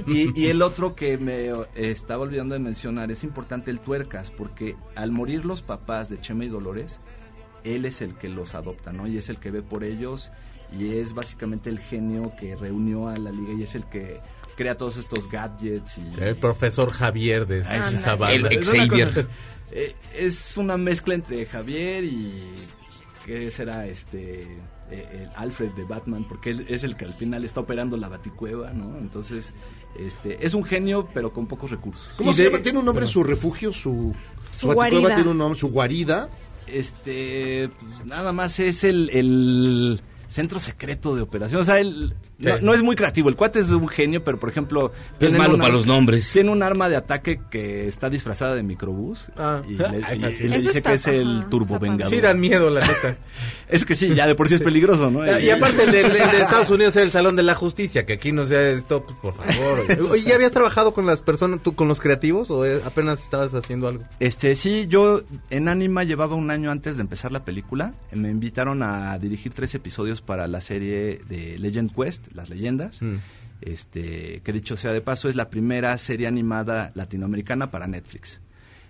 Y, y el otro que me eh, estaba olvidando de mencionar es importante el tuercas, porque al morir los papás de Chema y Dolores, él es el que los adopta, ¿no? Y es el que ve por ellos y es básicamente el genio que reunió a la liga y es el que crea todos estos gadgets y
El profesor Javier de de esa
el
banda.
eh, Es una mezcla entre Javier y. ¿Qué será este? eh, el Alfred de Batman, porque él es el que al final está operando la baticueva, ¿no? Entonces, este, es un genio, pero con pocos recursos.
¿Cómo se llama? ¿Tiene un nombre su refugio? ¿Su,
Su
su baticueva
guarida.
tiene un nombre? ¿Su guarida?
Este, pues, nada más es el, el centro secreto de operación. O sea, él
Sí.
no, no es muy creativo. El cuate es un genio, pero por ejemplo.
Pero es
tienen
malo
una-
para los nombres.
Tiene un arma de ataque que está disfrazada de microbús.
Ah.
Y le,
Ah,
y-
está
y
chido.
le
Eso
dice
está-
que es el
ajá,
turbo vengador.
Sí, dan miedo, la neta.
Es que sí, ya de por sí es peligroso, ¿no?
Y aparte, el de, el de Estados Unidos es el Salón de la Justicia, que aquí no sea esto, pues, por favor. oye. Oye, ¿ya habías trabajado con las personas, tú, con los creativos, o eh, apenas estabas haciendo algo?
Este, sí, yo en Anima llevaba un año antes de empezar la película. Me invitaron a dirigir tres episodios para la serie de Legend Quest, Las Leyendas. Este, que dicho sea de paso, es la primera serie animada latinoamericana para Netflix.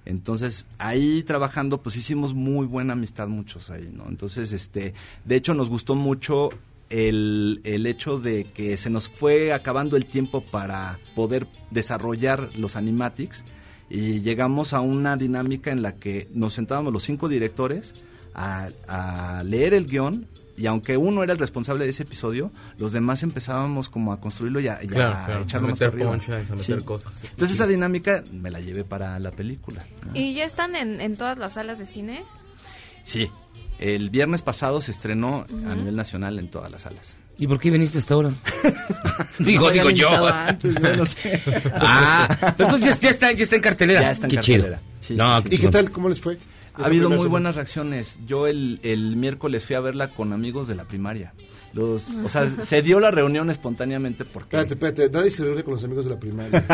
Entonces, ahí trabajando, pues hicimos muy buena amistad muchos ahí, ¿no? Entonces, este, de hecho nos gustó mucho el, el hecho de que se nos fue acabando el tiempo para poder desarrollar los animatics y llegamos a una dinámica en la que nos sentábamos los cinco directores a, a leer el guión y aunque uno era el responsable de ese episodio, los demás empezábamos como a construirlo y a, y a
Claro, claro,
echarlo
a
más
meter
para arriba.
ponchas, a meter cosas.
Entonces esa dinámica me la llevé para la película. ¿no?
¿Y ya están en, en todas las salas de cine?
Sí. El viernes pasado se estrenó
Ujú.
a nivel nacional en todas las salas.
¿Y por qué viniste hasta ahora? digo,
No me
digo
habían
yo.
invitado antes, no, no sé.
ah, pues, pues, ya, ya está, ya está en cartelera.
Ya está en
qué
cartelera.
chido.
Sí,
no,
sí, sí.
qué
¿Y qué
chingón.
tal? ¿Cómo les fue?
Ha habido muy
buena
buenas reacciones. Yo el, el miércoles fui a verla con amigos de la primaria. Los, o sea, se dio la reunión espontáneamente porque...
Espérate, espérate, nadie se reúne con los amigos de la primaria.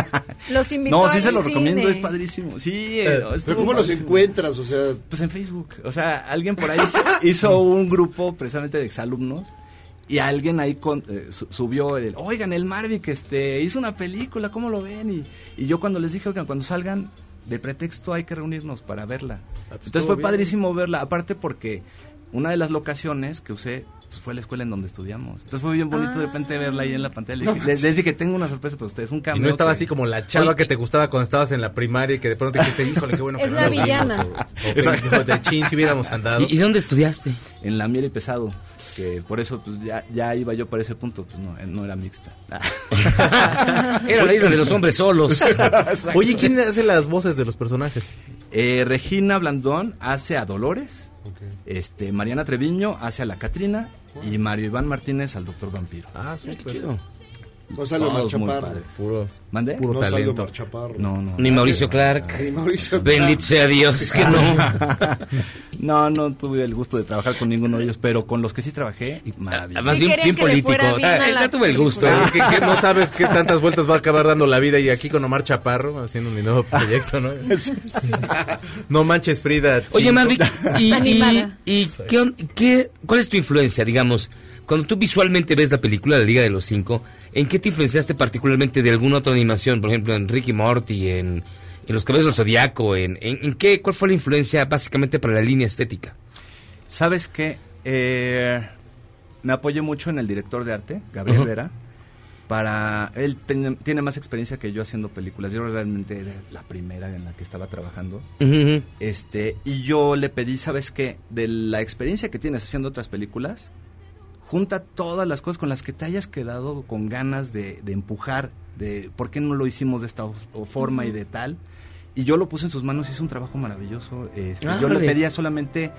Los invitó
No,
al
sí se lo
cine.
recomiendo, es padrísimo. Sí, eh,
Pero
estuvo
¿cómo los
padrísimo.
encuentras? O sea,
Pues en Facebook. O sea, alguien por ahí hizo- hizo un grupo precisamente de exalumnos y alguien ahí con- eh, su- subió el, oigan, el Marvick este, hizo una película, ¿cómo lo ven? Y, y yo cuando les dije, oigan, cuando salgan, de pretexto hay que reunirnos para verla. Entonces
Ah, pues estuvo
fue
bien. ¿eh?
padrísimo verla, aparte porque una de las locaciones que usé pues, fue la escuela en donde estudiamos. Entonces fue bien bonito
Ah.
de repente verla ahí en la pantalla. Les, dije- les- les dije, tengo una sorpresa para ustedes, un
Y
cambio.
no estaba así como la chava que te gustaba cuando estabas en la primaria y que de pronto dijiste, híjole, qué bueno que
Es
no
la
lo vimos",
villana.
o- o, "Hijo de chin, si hubiéramos andado.
¿Y, y dónde estudiaste?
En la miel y pesado, que por eso pues, ya, ya iba yo para ese punto, pues no, eh, no era mixta.
Era la isla de los hombres solos.
Oye, ¿quién hace las voces de los personajes?
Eh, Regina Blandón hace a Dolores, este, Mariana Treviño hace a la Catrina y Mario Iván Martínez al Doctor Vampiro.
Ah,
súper.
no sale
Todos
Omar
muy
Chaparro.
padres.
Puro,
¿Mande?
no sale Omar Chaparro.
No, no.
Ni Mauricio Clark.
Ni Mauricio Clark.
Bendito sea Dios que no.
no, no tuve el gusto de trabajar con ninguno de ellos, pero con los que sí trabajé,
Además,
maravilloso.
bien, bien político. Ah, ya tuve el gusto. ¿eh?
Pero que, que no sabes qué tantas vueltas va a acabar dando la vida y aquí con Omar Chaparro haciendo mi nuevo proyecto, ¿no? No manches, Frida.
Oye,
cinco.
Mavic, ¿y, y, y qué on- qué- cuál es tu influencia, digamos? Cuando tú visualmente ves la película La Liga de los Cinco, ¿en qué te influenciaste particularmente de alguna otra animación? Por ejemplo, en Ricky Morty, en, en Los Cabezos del Zodiaco, en, en, en qué, ¿cuál fue la influencia básicamente para la línea estética?
¿Sabes qué? Eh, me apoyo mucho en el director de arte, Gabriel
Ujú.
Vera. Para él ten- tiene más experiencia que yo haciendo películas. Yo realmente era la primera en la que estaba trabajando.
Ujú, ujú.
Este, y yo le pedí, ¿sabes qué? De la experiencia que tienes haciendo otras películas, junta todas las cosas con las que te hayas quedado con ganas de, de empujar, de por qué no lo hicimos de esta o- o forma y
Ujú.
de tal. Y yo lo puse en sus manos, hizo un trabajo maravilloso. este,
Ah,
yo le
órale.
pedía solamente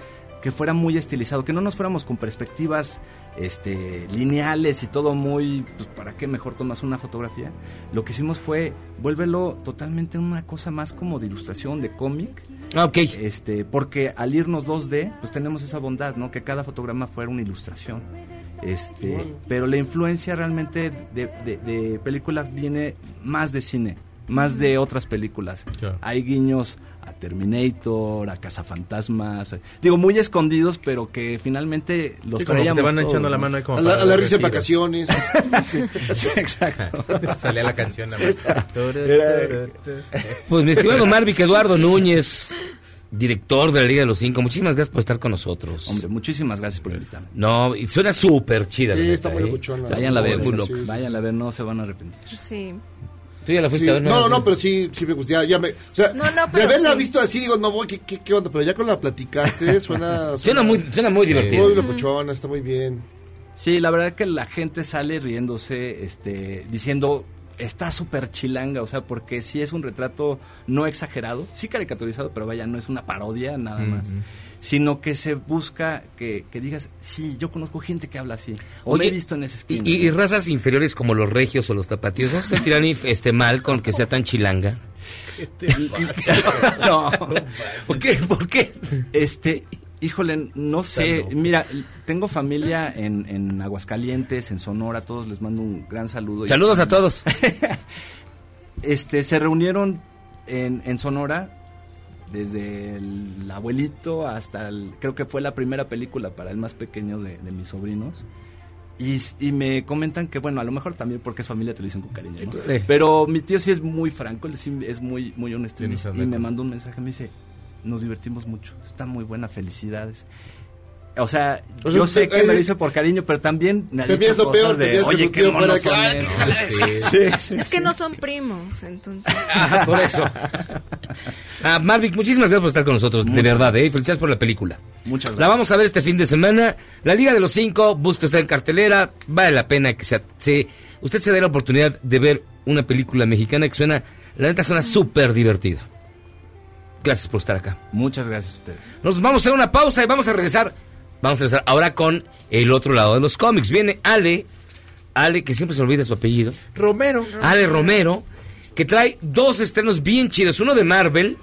que fuera muy estilizado, que no nos fuéramos con perspectivas este, lineales y todo muy, pues, ¿para qué mejor tomas una fotografía? Lo que hicimos fue, vuélvelo totalmente una cosa más como de ilustración, de cómic.
Ah, ok.
Este, porque al irnos 2D, pues tenemos esa bondad, ¿no? Que cada fotograma fuera una ilustración. Este,
Wow.
Pero la influencia realmente de, de, de películas viene más de cine, más de otras películas. Hay guiños a Terminator, a Cazafantasmas, digo, muy escondidos, pero que finalmente los
Sí, como que
traíamos
te van
todos,
echando
¿no?
la mano ahí como
A la, a la risa en vacaciones.
exacto.
Salía la canción nada más.
Pues mi estimado Marvic Eduardo Núñez, director de la Liga de los Cinco, muchísimas gracias por estar con nosotros. Hombre,
muchísimas gracias por invitarme.
No, y suena súper chida. la
Sí,
neta,
está muy
¿eh?
locochona.
Vayan a ver,
Muy loca.
vayan a ver, no se van a arrepentir.
Sí.
Tú ya la fuiste
Sí,
a ver.
No, no, no, pero sí, sí me gusta. Ya, ya me, o sea,
No, no, pero
de haberla
sí.
visto así, digo, no, voy, ¿qué, qué, qué onda? Pero ya con la platicaste, suena.
Suena muy- suena muy divertido.
Muy
Ujú.
locochona, está muy bien.
Sí, la verdad que la gente sale riéndose, este, diciendo está súper chilanga, o sea, porque sí es un retrato no exagerado, sí caricaturizado, pero vaya, no es una parodia nada más,
Ujú.
sino que se busca que, que digas, sí, yo conozco gente que habla así, o me
Oye,
he visto en esa
Y,
esquina.
y- y razas inferiores como los regios o los tapatíos, ¿no se sentirán if- este, mal con que sea tan chilanga?
este, no. ¿Por qué? ¿Por qué? Este, híjole, no sé. Mira, tengo familia en, en Aguascalientes, en Sonora, todos les mando un gran saludo.
Saludos a todos.
Este, se reunieron en, en Sonora. Desde el abuelito hasta el. Creo que fue la primera película para el más pequeño de, de mis sobrinos. Y, y me comentan que, bueno, a lo mejor también porque es familia te lo dicen con cariño. ¿no?
Sí.
Pero mi tío sí es muy franco, él sí es muy, muy honesto. Y, me-
Tiene esa
y
neta.
me mandó un mensaje, me dice, nos divertimos mucho, está muy buena, felicidades. O sea,
O sea,
yo sé que
eh,
me lo hizo por cariño, pero también me ha
te
dicho
piensas lo
cosas
peor, te
de,
piensas que
oye,
tu
qué
tío fuera
monos
que,
son,
"Ay,
¿eh?"
qué
¿no?
jala
Sí,
esa.
sí, sí,
Es que no son primos, entonces.
Ah, por eso. Ah, Marvic, muchísimas gracias por estar con nosotros, de verdad, ¿eh? Felicidades por la película.
Muchas gracias.
La vamos a ver este fin de semana. La Liga de los Cinco, busca está en cartelera. Vale la pena que se, se- usted se dé la oportunidad de ver una película mexicana que suena, la neta suena súper divertida. Gracias por estar acá.
Muchas gracias a ustedes.
Nos vamos a una pausa y vamos a regresar. Vamos a regresar ahora con el otro lado de los cómics. Viene Ale, Ale que siempre se olvida su apellido.
Romero.
Ale Romero, que trae dos estrenos bien chidos. Uno de Marvel,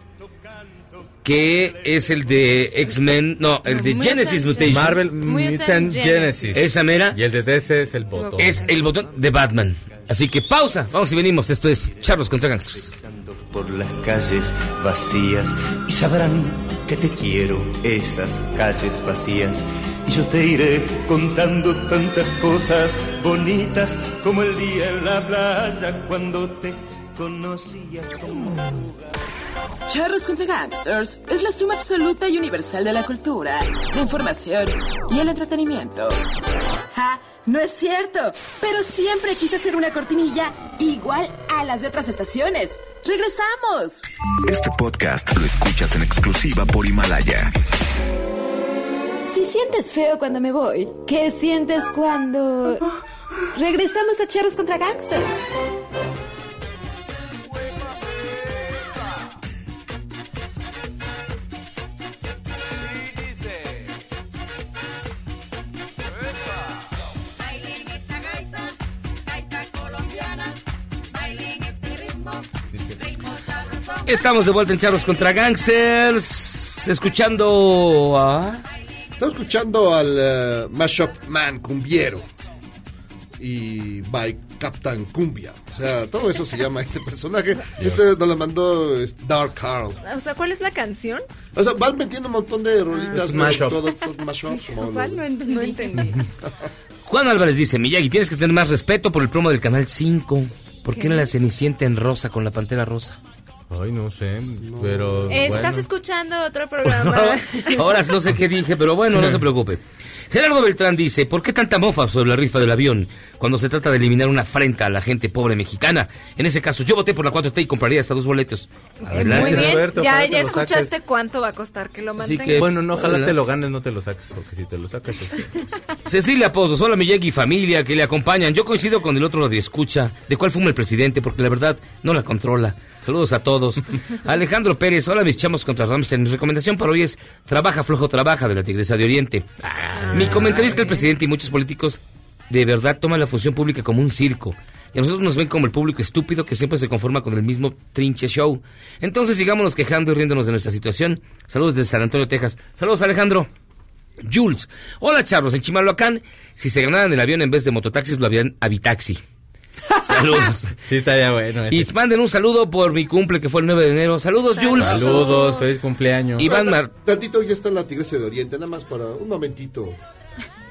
que es el de X-Men, no, el de
Mutant
Genesis Mutation.
Marvel Mutant Genesis.
Esa mera
Y el de DC es el botón.
es el botón de Batman. Así que pausa, vamos y venimos. Esto es Charlos contra Gangsters.
por las calles vacías y sabrán que te quiero esas calles vacías y yo te iré contando tantas cosas bonitas como el día en la playa cuando te conocía como
Charros contra Gangsters es la suma absoluta y universal de la cultura, la información y el entretenimiento. ¡Ja! No es cierto, pero siempre quise hacer una cortinilla igual a las de otras estaciones. ¡Regresamos!
Este podcast lo escuchas en exclusiva por Himalaya.
Si sientes feo cuando me voy, ¿qué sientes cuando... Regresamos a Charros contra Gangsters.
Bailen esta gaita, gaita colombiana. Bailen este ritmo, ritmo sabroso.
Estamos de vuelta en Charlos contra Gangsters, escuchando a...
Estamos escuchando al eh, Mashup Man Cumbiero y by Captain Cumbia. O sea, todo eso se llama este personaje. Este nos lo mandó es, Dark Carl.
O sea, ¿cuál es la canción?
O sea,
Ah,
van metiendo un montón de rolitas.
Es
¿no?
mashup.
Todo, todo mashup. como
¿Cuál?
lo-
No entendí. No entendí.
Juan Álvarez dice, Miyagi, tienes que tener más respeto por el promo del Canal 5. ¿Por qué,
¿Qué?
era la Cenicienta en rosa con la Pantera Rosa?
Ay, no sé, pero.
Estás
bueno.
escuchando otro programa.
Ahora no sé qué dije, pero bueno, no se preocupe. Gerardo Beltrán dice, ¿por qué tanta mofa sobre la rifa del avión cuando se trata de eliminar una afrenta a la gente pobre mexicana? En ese caso, yo voté por la 4T y compraría hasta dos boletos. Adelante.
Muy bien,
Roberto,
ya,
ojalá te
ya
lo
escuchaste cuánto va a costar que lo mantengas.
bueno, no, ojalá
Hola.
te lo ganes, no te lo saques, porque si te lo sacas. pues-
Cecilia Pozos, hola Miyagi y familia que le acompañan. Yo coincido con el otro radioescucha de cuál fuma el presidente, porque la verdad no la controla. Saludos a todos. Alejandro Pérez, hola mis chamos contra Ramsen. Mi recomendación para hoy es Trabaja flojo, trabaja de la Tigresa de Oriente. Mi comentario es que el presidente y muchos políticos de verdad toman la función pública como un circo. Y a nosotros nos ven como el público estúpido que siempre se conforma con el mismo trinche show. Entonces sigámonos quejando y riéndonos de nuestra situación. Saludos desde San Antonio, Texas. Saludos Alejandro. Jules, hola charros, en Chimalhuacán, si se ganaran el avión en vez de mototaxis, lo habían habitaxi. Saludos.
Sí, estaría bueno. eh.
Y manden un saludo por mi cumple que fue el 9 de enero. Saludos, Jules.
Saludos, feliz cumpleaños.
Iván
Ta-
Mar-
Tantito ya está la tigresa de Oriente, nada más para un momentito.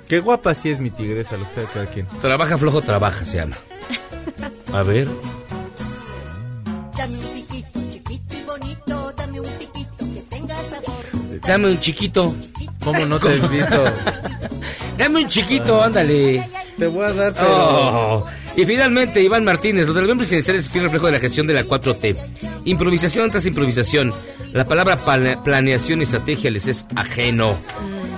Qué guapa sí es mi tigresa, lo que sea cada quien.
Trabaja flojo, trabaja, se llama. A ver.
Dame un piquito chiquito y bonito, dame un piquito que tenga sabor.
Dame un chiquito.
¿Cómo no te invito?
Dame un chiquito, ándale.
Te voy a dar.
Oh. Y finalmente, Iván Martínez, lo del avión presidencial es el fiel reflejo de la gestión de la 4T. Improvisación tras improvisación. La palabra pala- planeación y estrategia les es ajeno.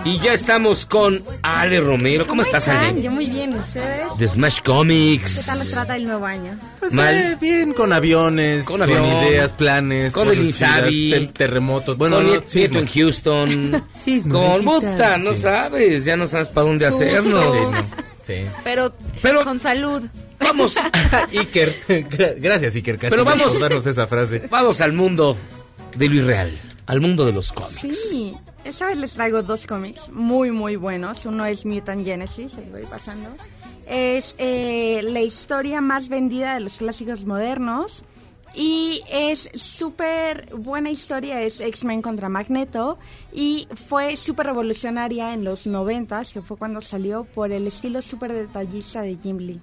Y ya estamos con Ale Romero. ¿Cómo, estás,
Mm. están?
Ale?
Yo muy bien, ¿y ¿ustedes?
De Smash
¿Qué
Comics.
tal les trata el nuevo año?
Mal.
Eh, bien, con aviones, con,
avión,
ideas, planes,
con el
cosas chidas,
Insabi,
te- terremotos. Bueno,
con
no,
Nieto- Nieto en
sismos.
Houston.
Sismos.
con Buta, no sabes. Ya no sabes para dónde
Sustos.
hacernos.
Sí.
Pero, con salud.
Vamos.
Iker, gra- gracias Iker Casillas
Pero vamos-
por darnos esa frase.
Vamos al mundo de lo irreal. Al mundo de los cómics.
Sí, esta vez les traigo dos cómics muy, muy buenos. Uno es Mutant Genesis, se lo voy pasando. Es eh, la historia más vendida de los clásicos modernos. Y es súper buena historia, es X-Men contra Magneto. Y fue súper revolucionaria en los noventas, que fue cuando salió, por el estilo súper detallista de Jim Lee.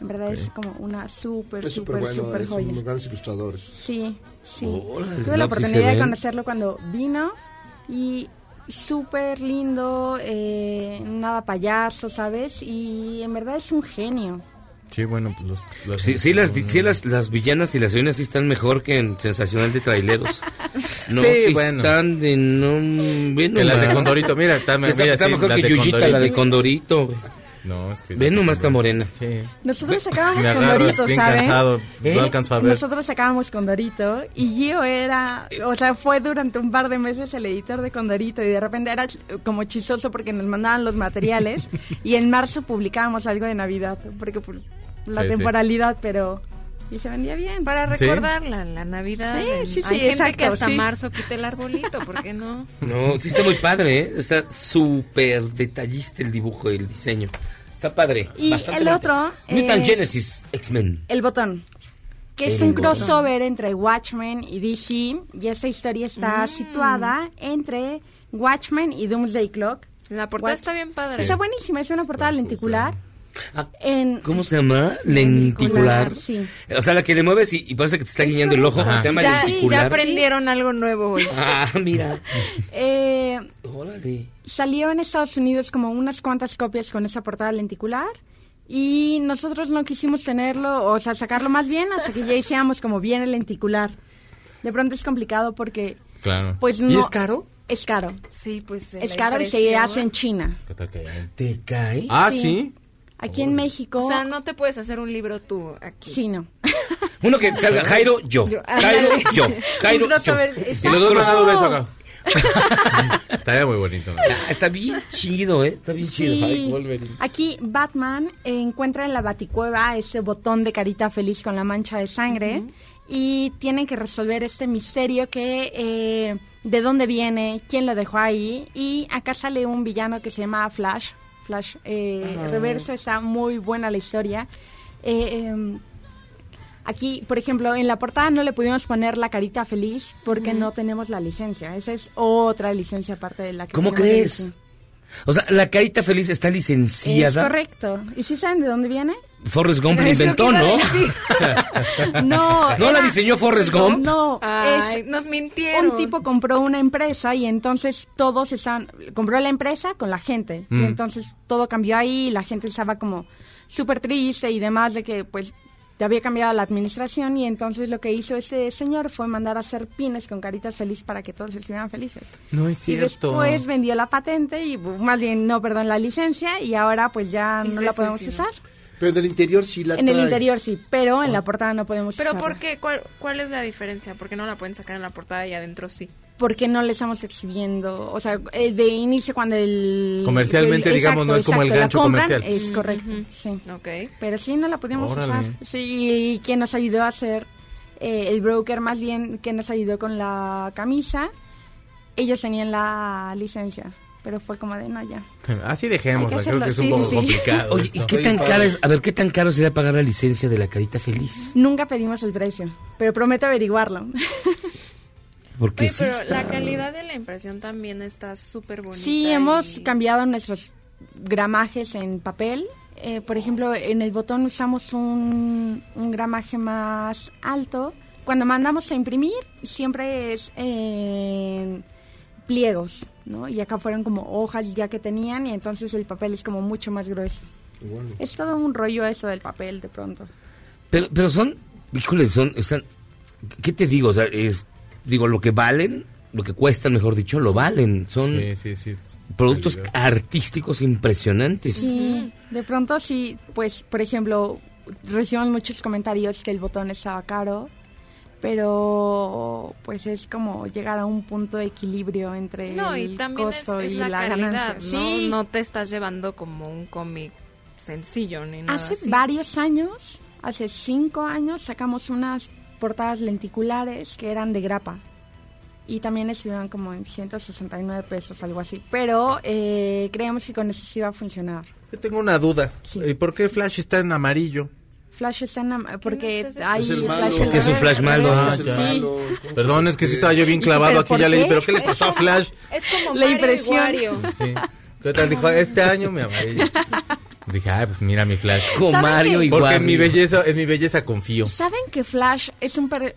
En verdad es como una súper,
Es súper
súper,
bueno,
súper
es
joya.
unos grandes ilustradores.
Sí, sí.
Órale, no,
Tuve la
sí se
oportunidad de
ven.
conocerlo cuando vino y súper lindo, eh, nada payaso, ¿sabes? Y en verdad es un genio.
Sí, bueno, pues los, los-
Sí, sí, las, sí las, las villanas y las heroínas sí están mejor que en Sensacional de Traileros. No,
Sí,
sí
bueno.
están de no... ve
Que las de
nomás.
Condorito, mira, está-
está,
mira,
está
sí,
mejor
las
que
de
Yuyita, la de Condorito. güey.
No, es que
Ve nomás está morena.
Sí.
Nosotros sacábamos
me
con
agarras
Dorito,
bien
¿saben?
cansado, no
¿Eh?
alcanzo a ver.
Nosotros sacábamos Condorito y Gio era, o sea, fue durante un par de meses el editor de Condorito y de repente era ch- como chistoso porque nos mandaban los materiales y en marzo publicábamos algo de Navidad, porque por la
Sí, sí.
temporalidad, pero... Y se vendía bien.
Para
Sí.
recordar la, la Navidad.
Sí,
en-
sí, sí,
Hay gente
exacto,
que hasta
sí.
marzo quita el arbolito, ¿por qué no?
No, sí está muy padre, ¿eh? Está súper detallista el dibujo, el diseño. Está padre.
Y
bastante
el
bonito.
otro
Mutant
es-
Genesis X-Men.
El botón. Que es
El
un
Botón.
crossover entre Watchmen y DC. Y esta historia está
Mm.
situada entre Watchmen y Doomsday Clock.
La portada está bien padre.
Está buenísima, es una portada lenticular.
Ah,
En...
¿Cómo se llama? Lenticular.
Sí.
O sea, la que le mueves y, y parece que te está guiñando el ojo.
Ajá.
Se llama
Ya, ya
lenticular.
aprendieron algo nuevo hoy.
Ah, mira.
Eh,
Órale.
salió en Estados Unidos como unas cuantas copias con esa portada lenticular. Y nosotros no quisimos tenerlo, o sea, sacarlo más bien hasta que ya hiciéramos como bien el lenticular. De pronto es complicado porque
Claro.
Pues no.
¿Y es caro?
Es caro.
Sí, pues.
Es
la
caro y se
impresión.
hace en China.
¿Qué tal que-
¿Te cae?
Ah, sí. Oh.
Aquí en México.
O sea, no te puedes hacer un libro tú aquí.
Sí, no.
Uno que salga Jairo, yo.
Yo,
Jairo,
ándale.
yo. Jairo,
Un
yo.
crossover,
Y
Y los dos
los
van a dar un
dos-
beso acá. Estaría muy bonito. ¿no?
Ah, Está bien chido, ¿eh? Está bien
Sí.
chido. Ay, Wolverine.
Aquí Batman encuentra en la baticueva ese botón de carita feliz con la mancha de sangre y tienen que resolver este misterio que eh, de dónde viene, quién lo dejó ahí y acá sale un villano que se llama Flash. Flash eh,
Ah.
Reverso está muy buena la historia. Eh, em, Aquí, por ejemplo, en la portada no le pudimos poner la carita feliz porque
Ujú.
no tenemos la licencia. Esa es otra licencia aparte de la que
¿Cómo
tenemos en
crees?
DC.
O sea, la carita feliz está licenciada.
Es correcto. ¿Y si saben de dónde viene?
Forrest Gump la
Eso
inventó,
quiero
¿no?
decir. No,
¿No la
era-
diseñó Forrest Gump?
No,
Ay,
nos mintieron. Un tipo compró una empresa y entonces todos estaban, compró la empresa con la gente y
Mm.
entonces todo cambió ahí, y la gente estaba como súper triste y demás de que pues ya había cambiado la administración y entonces lo que hizo este señor fue mandar a hacer pines con caritas felices para que todos estuvieran felices.
No es
Y
cierto.
después vendió la patente y bu- más bien no, perdón, la licencia y ahora pues ya
Y
no
se
la podemos
suicidó.
usar.
Pero en el interior sí la
En el
trae. Ah.
interior sí, pero en la portada no podemos
Pero
usarla.
¿por qué? ¿Cuál, ¿Cuál es la diferencia? Porque no la pueden sacar en la portada y adentro sí.
porque no le estamos exhibiendo, o sea, eh, de inicio cuando el...
Comercialmente,
el-
digamos, no es como el
la
gancho
compran,
comercial.
Es correcto, sí. Pero sí, no la podíamos
Órale.
usar. Sí, y quien nos ayudó a hacer, eh, el broker más bien, que nos ayudó con la camisa, ellos tenían la licencia, pero fue como de no ya.
Así
Hay
dejémosla,
que
creo que es un
hacerlo,
poco
sí, sí, sí.
complicado.
Oye, ¿y
esto.
qué tan cara es? A ver, ¿qué tan caro sería pagar la licencia de la carita feliz?
Nunca pedimos el precio, pero prometo averiguarlo.
Porque
Oye,
Pues sí
pero
está-
la calidad de la impresión también está súper bonita.
Sí, hemos cambiado nuestros gramajes en papel. Eh, por ejemplo, en el botón usamos un, un gramaje más alto. Cuando mandamos a imprimir, siempre es en pliegos, ¿no? Y acá fueron como hojas ya que tenían y entonces el papel es como mucho más grueso. Es todo un rollo eso del papel de pronto.
Pero, pero son, híjole, son, están, ¿qué te digo? O sea, es, digo, lo que valen, lo que cuestan, mejor dicho, lo valen. Son
Sí, sí, sí.
productos
Calidad.
artísticos impresionantes.
Sí, de pronto sí, pues por ejemplo, recibimos muchos comentarios que el botón estaba caro, pero pues es como llegar a un punto de equilibrio entre
No, y
el
también es,
costo
es
y
la,
la
calidad.
ganancia.
¿no?
Sí.
No te estás llevando como un cómic sencillo ni nada
Hace
así.
varios años, hace cinco años, sacamos unas portadas lenticulares que eran de grapa. Y también estuvieron como en 169 pesos, algo así. Pero eh, creemos que con eso sí va a funcionar.
Yo tengo una duda. ¿Y por qué Flash está en amarillo?
Flash está en am- porque hay
Es el malo.
flash en
Porque es un
la
flash
red,
malo.
por
Ah,
eso,
ya.
sí.
Perdón, es que sí estaba yo bien clavado
¿Pero
aquí.
por
Ya leí,
qué?
¿pero qué le pasó a Flash?
Es como
La
Mario y
impresión.
Wario.
Sí. ¿Qué tal? Dijo, este año me amarillo. Dije, ay, pues mira mi Flash.
Con ¿Saben Mario qué? y
Porque
Wario.
en mi belleza, en mi belleza confío.
¿Saben que Flash es un per-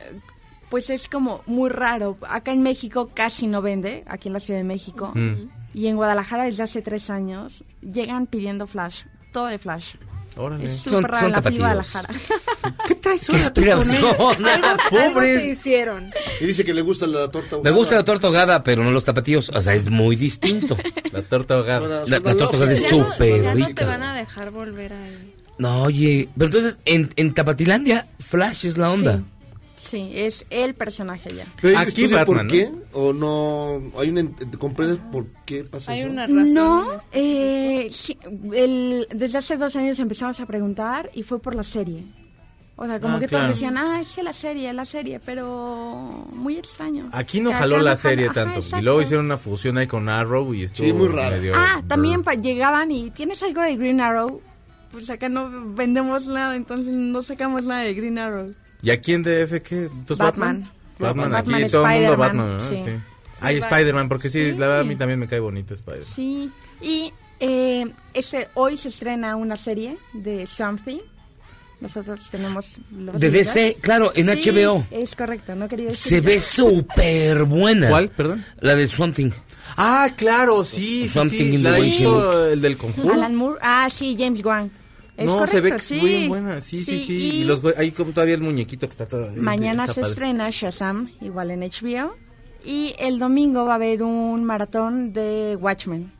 pues es como muy raro? Acá en México casi no vende, aquí en la Ciudad de México.
Mm.
Y en Guadalajara desde hace tres años llegan pidiendo Flash, todo de Flash.
Órale.
Es
Son-
súper raro
son
en la Ciudad de
tapatíos.
Guadalajara. ¿Qué traes
¿Qué esperas?
te hicieron.
Y dice que le gusta la torta
Me
ahogada.
gusta la torta ahogada, pero no los tapatíos. O sea, es muy distinto.
La torta ahogada.
La, la torta ahogada es
Ya no-
súper
Ya no te
rica.
van a dejar volver ahí.
No, oye, pero entonces en, en Tapatilandia, Flash es la onda.
Sí, es el personaje ya.
¿Pero hay un
Aquí
estudio por
Batman,
qué? ¿O no? Hay una, ¿Comprendes por qué pasa eso?
No, eh, sí, el- desde hace dos años empezamos a preguntar y fue por la serie. O sea, como
Ah,
que
claro.
todos decían, ah, es que la serie, la serie, pero muy extraño.
Aquí no
Que
jaló
acá
la
no jala-
serie
Ajá,
tanto.
exacto.
Y luego hicieron una fusión ahí con Arrow y estuvo
Sí, muy raro.
medio-
Ah, también pa- llegaban y tienes algo de Green Arrow. Pues acá no vendemos nada, entonces no sacamos nada de Green Arrow.
¿Y aquí en DF qué? ¿Entonces Batman?
Batman.
Batman,
Batman,
aquí todo el mundo
Spider-Man,
Batman, ¿no?
sí.
Sí.
Sí,
Ay,
Batman.
Spider-Man, porque sí,
Sí.
la verdad a mí también me cae bonito Spider-Man.
Sí. Y eh, este, hoy se estrena una serie de Something. Nosotros tenemos los
De
libros.
DC, claro, en
Sí,
HBO.
Es correcto, no quería decir.
Se
yo.
ve súper buena.
¿Cuál? Perdón.
La de Something.
Ah, claro, sí, sí,
Something
sí.
in
La
the
hizo
Wind.
el del conjuro.
Alan Moore. Ah, sí, James Wan. Es
no,
correcto,
se ve que
sí.
es muy buena. Sí, sí, sí. Y,
y
los güey- ahí como todavía el muñequito que está todo.
Mañana
está
se
padre.
estrena Shazam, igual en HBO. Y el domingo va a haber un maratón de Watchmen.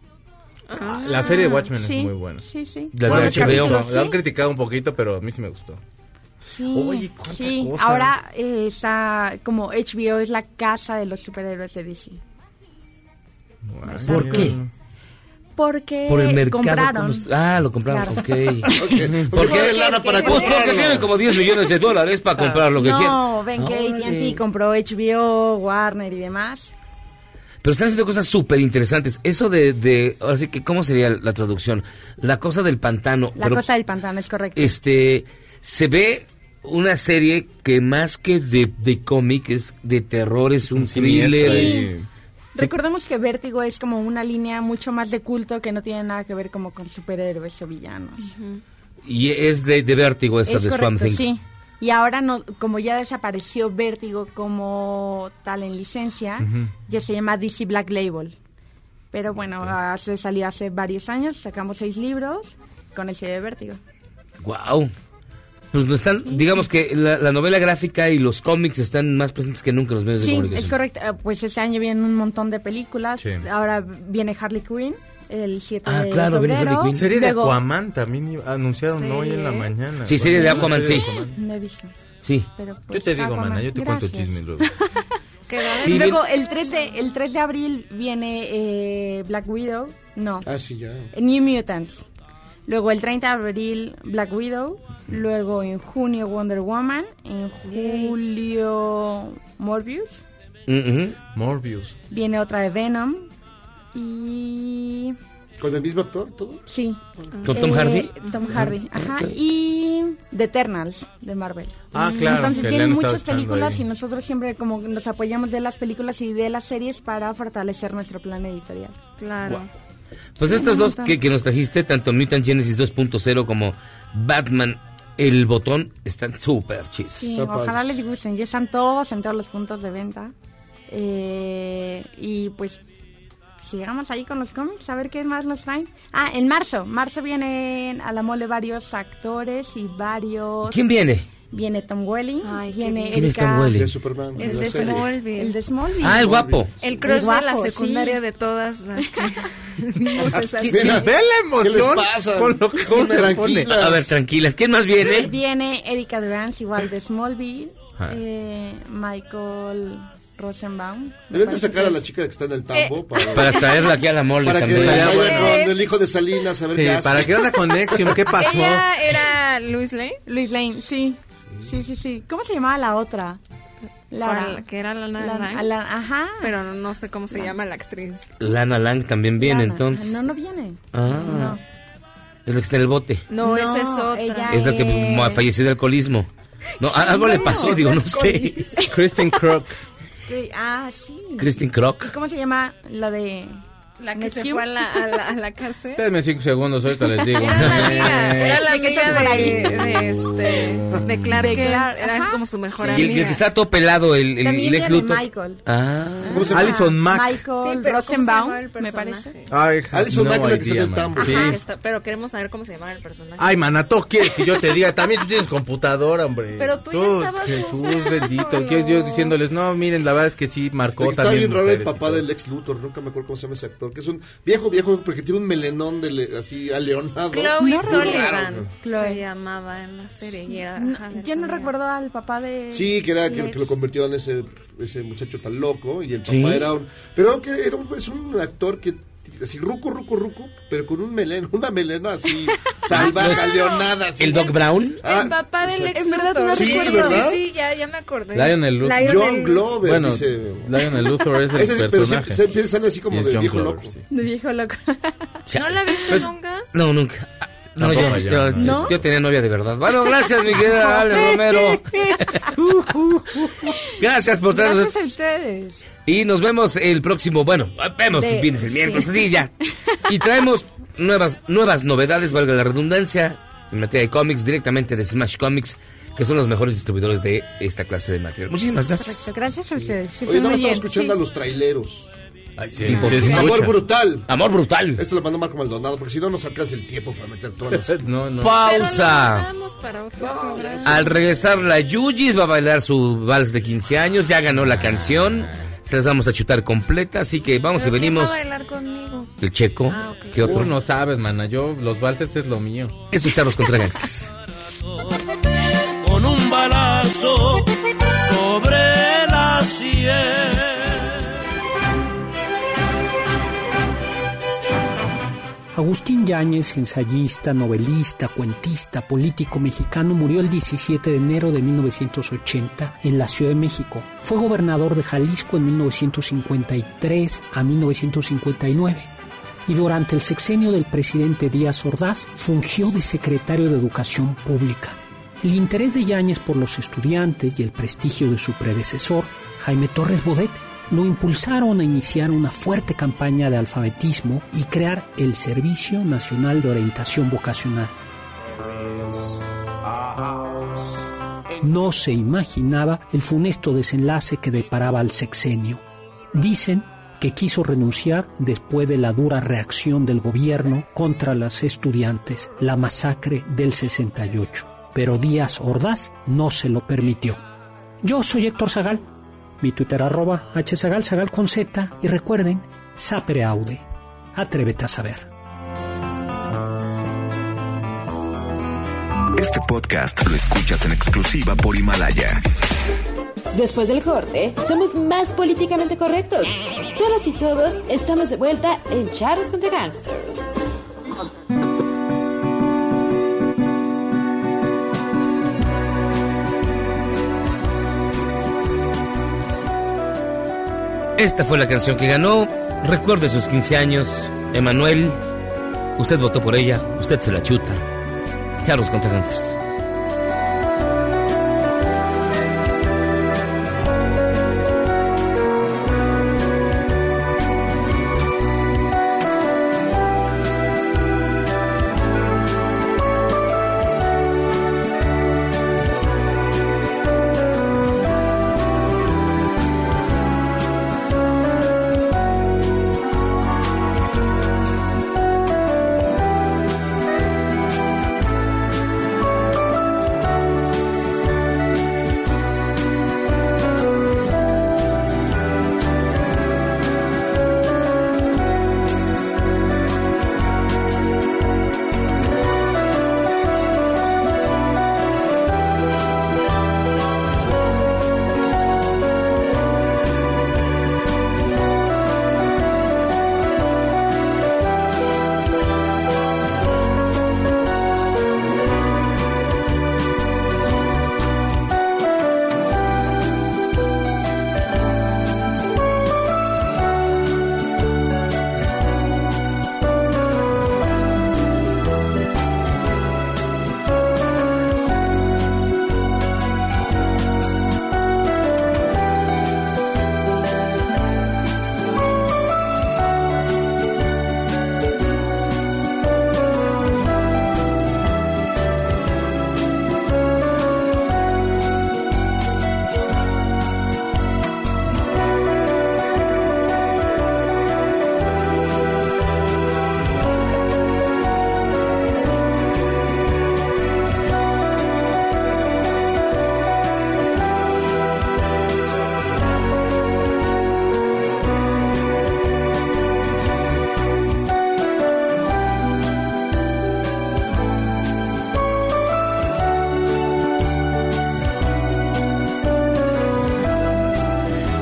Ah,
Ah,
La serie de Watchmen
Sí,
es muy buena.
Sí, sí.
La,
Bueno,
de HBO.
capítulos, sí.
la han criticado un poquito, pero a mí sí me gustó.
Sí,
Oye, cuánta
sí.
cosa.
ahora eh, está como HBO es la casa de los superhéroes de DC.
¿Por qué?
Porque
Por el mercado. ¿cómo
compraron.
está? Ah, lo compraron,
Claro.
ok. ¿Por
Porque hay lana para
Pues porque
comprarlo.
tienen como 10 millones de dólares para comprar lo que quieren.
no, ven que AT&T compró HBO, Warner y demás.
Pero están haciendo cosas súper interesantes. Eso de, de, ahora sí que, ¿cómo sería la traducción? La cosa del pantano.
La
pero,
cosa del pantano es correcto.
Este, se ve una serie que más que de, de cómic es de terror, es un
siniestro
thriller,
ahí.
es
Recordemos que Vértigo es como una línea mucho más de culto que no tiene nada que ver como con superhéroes o villanos.
Y es de, de vértigo esta
es
de Swamp
correcto,
Thing.
sí. Y ahora, no, como ya desapareció Vértigo como tal en licencia,
Ujú.
ya se llama DC Black Label. Pero bueno, hace, salió hace varios años, sacamos seis libros con el sello de Vértigo.
Wow. Pues no están, digamos que la, la novela gráfica y los cómics están más presentes que nunca en los medios de
Sí,
comunicación.
es correcto. Eh, Pues este año vienen un montón de películas.
Sí.
Ahora viene Harley Quinn el 7
Ah,
de
claro,
febrero.
Serie de
Luego-
Aquaman también iba- anunciaron
Sí.
hoy en la mañana.
Sí, serie de Aquaman, sí.
No he visto.
Sí.
Pero,
Yo
pues,
te digo,
Aquaman.
mana, yo te cuento
Gracias.
chisme luego.
Sí,
Luego,
bien-
el 3 de, el 3 de abril viene eh, Black Widow. No.
Ah, sí, ya.
New Mutants. Luego, el 30 de abril, Black Widow. Luego, en junio, Wonder Woman. En julio, Morbius.
Morbius.
Viene otra de Venom. Y...
¿Con el mismo actor todo?
Sí.
Ah.
¿Con Tom Hardy?
Eh, Tom Hardy,
Ah,
ajá.
ok.
Y The Eternals de Marvel. Mm,
Ah, claro,
Entonces
que le
tienen
han estado
muchas
echando
películas
ahí.
y nosotros siempre como nos apoyamos de las películas y de las series para fortalecer nuestro plan editorial.
Claro.
Guau. Pues estas dos que, que nos trajiste, tanto Mutant Genesis 2.0 como Batman el botón, están súper chidos.
Sí, ojalá les gusten. Ya están todos en todos los puntos de venta. Eh, y pues sigamos ahí con los cómics, a ver qué más nos traen. Ah, en marzo. Marzo vienen a la mole varios actores y varios...
¿Quién viene?
Viene Tom Welling. viene
bien. ¿Quién es Tom
Erika-
Welling? De
Superman.
El de Smallville. El de Smallville.
Ah, el guapo.
El crush de la
guapo,
secundaria
sí.
de todas las que vimos esas
Mira, Ah, ve la emoción
¿Qué les pasa?
con lo que uno le pone.
A ver, tranquilas. ¿Quién más viene?
Viene Erika Durance, igual de Smallville.
Ah.
eh, Michael Rosenbaum.
Deben de
Me
sacar a
parece
la chica que está en el tambo
Eh.
para,
Para traerla aquí a la mole
para que
también.
vaya
Estaría bueno.
con el hijo de Salinas a ver
Sí,
qué hace.
¿para qué onda con Nexium? ¿Qué pasó?
Ella era Luis Lane.
Luis Lane, sí. Sí, sí, sí. ¿Cómo se llamaba la otra?
¿Cuál? Que era Lana
Lana-
Lang.
Lana- ajá.
Pero no, no sé cómo se llama la actriz.
Lana Lang también viene,
Lana.
entonces.
No, no viene.
Ah, es la que está en el bote.
No, esa es otra.
ella
Es la que mo- falleció de alcoholismo. No, a- algo le pasó, digo, no sé. Kristen Crook.
Cre- Ah, sí.
Kristen Crook.
¿Y cómo se llama la de...
La
que
se fue a la, a la, a la cárcel.
Espérenme cinco segundos, ahorita les digo.
Era la amiga,
Eh,
era la
De que
amiga
estás por
de,
ahí.
de este, de Clark
De
Kent.
Clark,
Era
ajá.
como su mejor
Y el, y el
amiga.
que está todo pelado, el, el,
También
el ex
viene
Luthor.
Michael.
Ah,
¿Cómo se llama?
Alison Mack.
Michael
Sí, pero ¿cómo se
Rosenbaum,
llamaba el
me
personaje?
parece.
Ay,
Alison Mack es la que
Ah, idea,
está en el
man.
tambo.
Sí. Ah,
Ajá, está- pero queremos saber cómo se llamaba el personaje.
Ay, mana, tú quieres que yo te diga. También tú tienes computadora, hombre.
Pero tú ya estabas
Jesús
usando,
bendito. Aquí
no.
es Dios diciéndoles, no, miren, la verdad es que sí marcó
El que Está
también.
bien raro el
mujeres y
papá
todo.
del ex Luthor, nunca me acuerdo cómo se llama ese actor, que es un viejo, viejo, porque tiene un melenón de le- así aleonado.
Chloe
Muy raro,
Sullivan
Ah, ¿no?
se llamaba en la serie. y era,
No,
ajá,
yo no
esa
recuerdo al papá de...
Sí, que era que,
Lex.
que lo convirtió en ese, ese muchacho tan loco y el papá
Sí.
era un... Pero aunque era un, es un actor que así ruco, ruco, ruco, pero con un meleno, una melena así salvaje,
Pues,
aleonada. así.
¿El Doc Brown?
Ah,
El papá del
exacto.
ex
En verdad no
Luthor.
Sí, recuerdo. ¿verdad?
Sí, sí, ya, ya me acordé.
Lionel Luthor.
John Glover,
Bueno,
dice.
Lionel Luthor es el
Ese sí, pero sí,
personaje.
siempre sale así como
Y es
de
John
viejo
Glover,
loco.
sí.
De viejo loco.
¿No la viste
Pues,
nunca?
No, nunca. Ah, No,
Tampoco
yo,
yo,
yo-
no.
yo- yo tenía novia de verdad. Bueno, gracias, mi querida Ale Romero. Gracias por traernos.
Gracias a ustedes.
Y nos vemos el próximo, bueno, vemos
De-
si vienes el
sí.
miércoles, sí, ya. Y traemos nuevas, nuevas novedades, valga la redundancia, en materia de cómics, directamente de Smash Comics, que son los mejores distribuidores de esta clase de material. Muchísimas gracias.
Correcto, gracias a ustedes. Sí,
Oye,
son
nada más estamos
muy bien.
escuchando
Sí.
a los traileros.
Sí, se
Amor
escucha.
brutal.
Amor brutal.
Esto lo mandó Marco Maldonado, porque si no nos alcanza el tiempo para meter todas las...
No, no.
Pausa.
Vamos para otro programa.
Al regresar la Yuyis va a bailar su vals de 15 años, ya ganó la canción, se las vamos a chutar completa, así que vamos y
¿Pero quién va a
venimos.
bailar conmigo?
El checo,
Ah, ok.
¿qué otro?
Tú no sabes, mana. Yo, los valses es lo mío.
Esto es Charlos contra Gangsters.
con un balazo sobre la sien.
Agustín Yáñez, ensayista, novelista, cuentista, político mexicano, murió el 17 de enero de 1980 en la Ciudad de México. Fue gobernador de Jalisco en 1953 a 1959 y durante el sexenio del presidente Díaz Ordaz fungió de secretario de Educación Pública. El interés de Yáñez por los estudiantes y el prestigio de su predecesor, Jaime Torres Bodet, lo impulsaron a iniciar una fuerte campaña de alfabetismo y crear el Servicio Nacional de Orientación Vocacional. No se imaginaba el funesto desenlace que deparaba al sexenio. Dicen que quiso renunciar después de la dura reacción del gobierno contra las estudiantes, la masacre del 68. Pero Díaz Ordaz no se lo permitió. Yo soy Héctor Zagal, mi Twitter arroba hzagal, zagal con z, y recuerden, sapere aude, atrévete a saber.
Este podcast lo escuchas en exclusiva por Himalaya.
Después del corte, somos más políticamente correctos. Todas y todos estamos de vuelta en Charros contra Gangsters.
Esta fue la canción que ganó. Recuerde sus 15 años. Emanuel, usted votó por ella, usted se la chuta. Charlos contra Gangsters.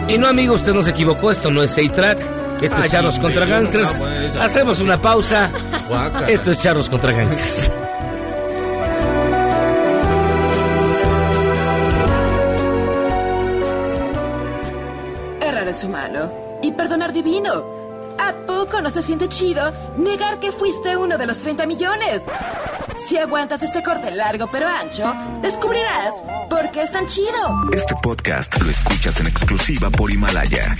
Y no, amigo, usted no se equivocó, esto no es 6-track. Esto
Ay,
es Charlos
sí,
contra
me
Gangsters.
encanta, güey, esa-
Hacemos una pausa.
Guácala.
Esto es Charlos contra Gangsters.
Errar es humano y perdonar divino. ¿A poco no se siente chido negar que fuiste uno de los 30 millones? Si aguantas este corte largo pero ancho, descubrirás por qué es tan chido.
Este podcast lo escuchas en exclusiva por Himalaya.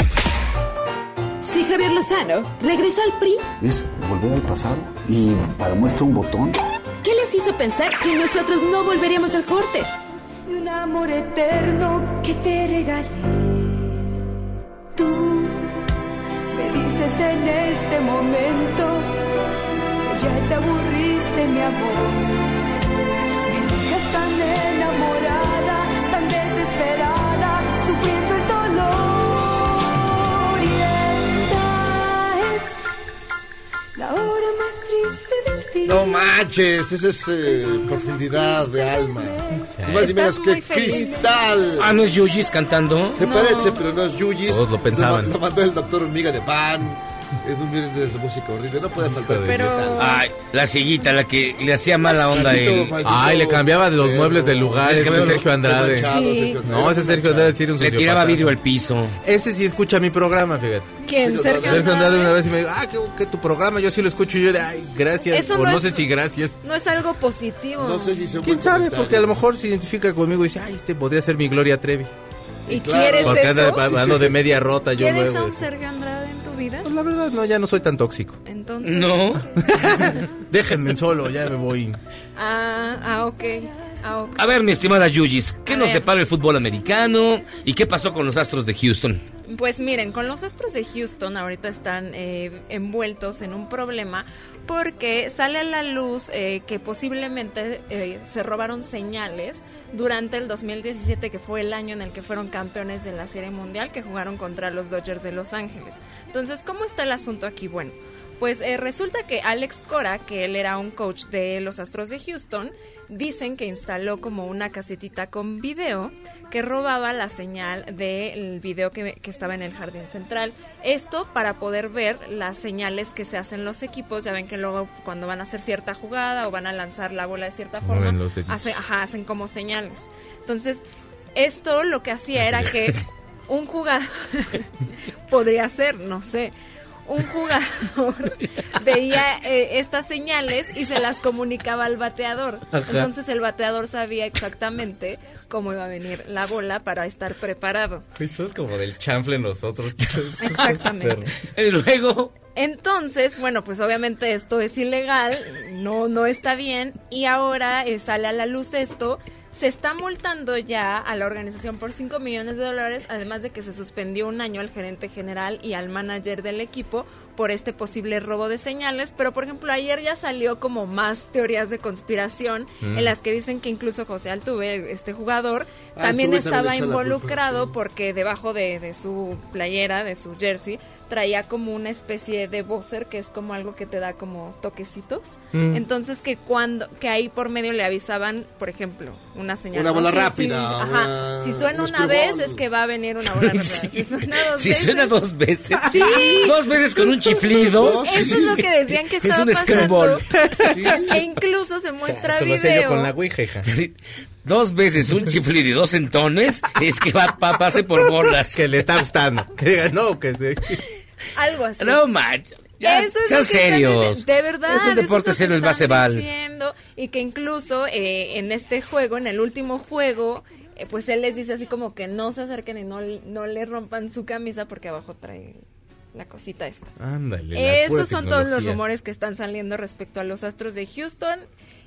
Si Javier Lozano regresó al PRI,
Es volver al pasado y para muestra un botón.
¿qué les hizo pensar que nosotros no volveríamos al corte?
Y un amor eterno que te regalé. Tú me dices en este momento, ya te aburriste mi amor. Me dejas tan enamorada, tan desesperada, sufriendo el dolor. Y esta es la hora más triste del día.
No manches, esa es eh, profundidad de alma. Ni más ni menos que cristal.
Ah, ¿no es Yuyis cantando?
Se parece, pero no es Yuyis.
Todos lo
ma-
pensaban.
Lo mandó el doctor Hormiga de Pan. Es un viernes de esa música horrible. No puede faltar cristal.
Ay, la sillita, la que le hacía mala onda a
Maldito,
él.
maldito
Ay, le cambiaba de los muebles del lugar.
Le
Este
cambiaba
Sergio
los-
Andrade.
manchado, Sergio Andrade.
No, ese Sergio Andrade sí era un
Le tiraba vidrio al piso.
Ese sí escucha mi programa, fíjate.
¿Quién? Sergio Andrade.
Sergio Andrade una vez y me dijo, ah, que, que tu programa, yo sí lo escucho. Y yo de, ay, gracias.
Eso
o
no
no
es-
sé si gracias.
No es algo positivo.
No sé si se
¿Quién sabe? Porque a lo mejor se identifica conmigo y dice, ay, este podría ser mi Gloria Trevi.
¿Y quieres
Porque
eso?
anda hablando de media rota yo
¿Quieres a
luego.
un Sergio Andrade en tu vida?
Pues la verdad, no, ya no soy tan tóxico.
Entonces.
Déjenme solo, ya me voy.
Ah, ah, ok. Ah, ok.
A ver, mi estimada Yuyis, ¿qué
A
nos
ver.
separa el fútbol americano y qué pasó con los Astros de Houston?
Pues miren, con los Astros de Houston ahorita están eh, envueltos en un problema porque sale a la luz eh, que posiblemente eh, se robaron señales durante el 2017, que fue el año en el que fueron campeones de la Serie Mundial, que jugaron contra los Dodgers de Los Ángeles. Entonces, ¿cómo está el asunto aquí? Bueno, pues eh, resulta que Alex Cora, que él era un coach de los Astros de Houston, dicen que instaló como una casetita con video que robaba la señal del video que, que estaba en el jardín central. Esto para poder ver las señales que se hacen los equipos. Ya ven que luego cuando van a hacer cierta jugada o van a lanzar la bola de cierta
Mueven
forma,
los deditos.
hace- ajá, hacen como señales. Entonces, esto lo que hacía era que un jugador podría ser, no sé, un jugador veía eh, estas señales y se las comunicaba al bateador.
Ajá.
Entonces el bateador sabía exactamente cómo iba a venir la bola para estar preparado.
Pues
Somos como del chanfle nosotros.
Exactamente.
Y luego.
Entonces, bueno, pues obviamente esto es ilegal, no, no está bien, y ahora eh, sale a la luz esto. Se está multando ya a la organización por 5 millones de dólares, además de que se suspendió un año al gerente general y al manager del equipo por este posible robo de señales. Pero, por ejemplo, ayer ya salió como más teorías de conspiración
Mm.
en las que dicen que incluso José Altuve, este jugador,
Ah,
también
Altuve también
estaba
echa la culpa,
involucrado
sí.
porque debajo de, de su playera, de su jersey, traía como una especie de buzzer que es como algo que te da como toquecitos.
Mm.
Entonces que cuando que ahí por medio le avisaban, por ejemplo, una señal.
Una
¿no?
bola
Sí,
rápida,
sí,
una-
ajá. Si suena
un
una vez
screwball.
es que va a venir una bola rápida. Si suena dos
Si
veces.
suena dos veces,
Sí.
dos veces con un chiflido.
Eso es lo que decían que
Es
estaba
un
pasando.
screwball.
E incluso se muestra
Eso lo
video.
hacía yo con la Dos veces un chiflido y dos entones es que va, pa- pase por bolas. Que le está gustando. Que diga, no, que se...
Algo así.
No, man. Ya,
Eso es
sean
lo que están
serios.
dici- de verdad.
Es un
eso
deporte
lo que
serio el
están
básquetbol.
diciendo, Y que incluso eh, en este juego, en el último juego, eh, pues él les dice así como que no se acerquen y no, no le rompan su camisa porque abajo trae la cosita esta.
Ándale. la pura
Esos son todos los
tecnología.
rumores que están saliendo respecto a los Astros de Houston.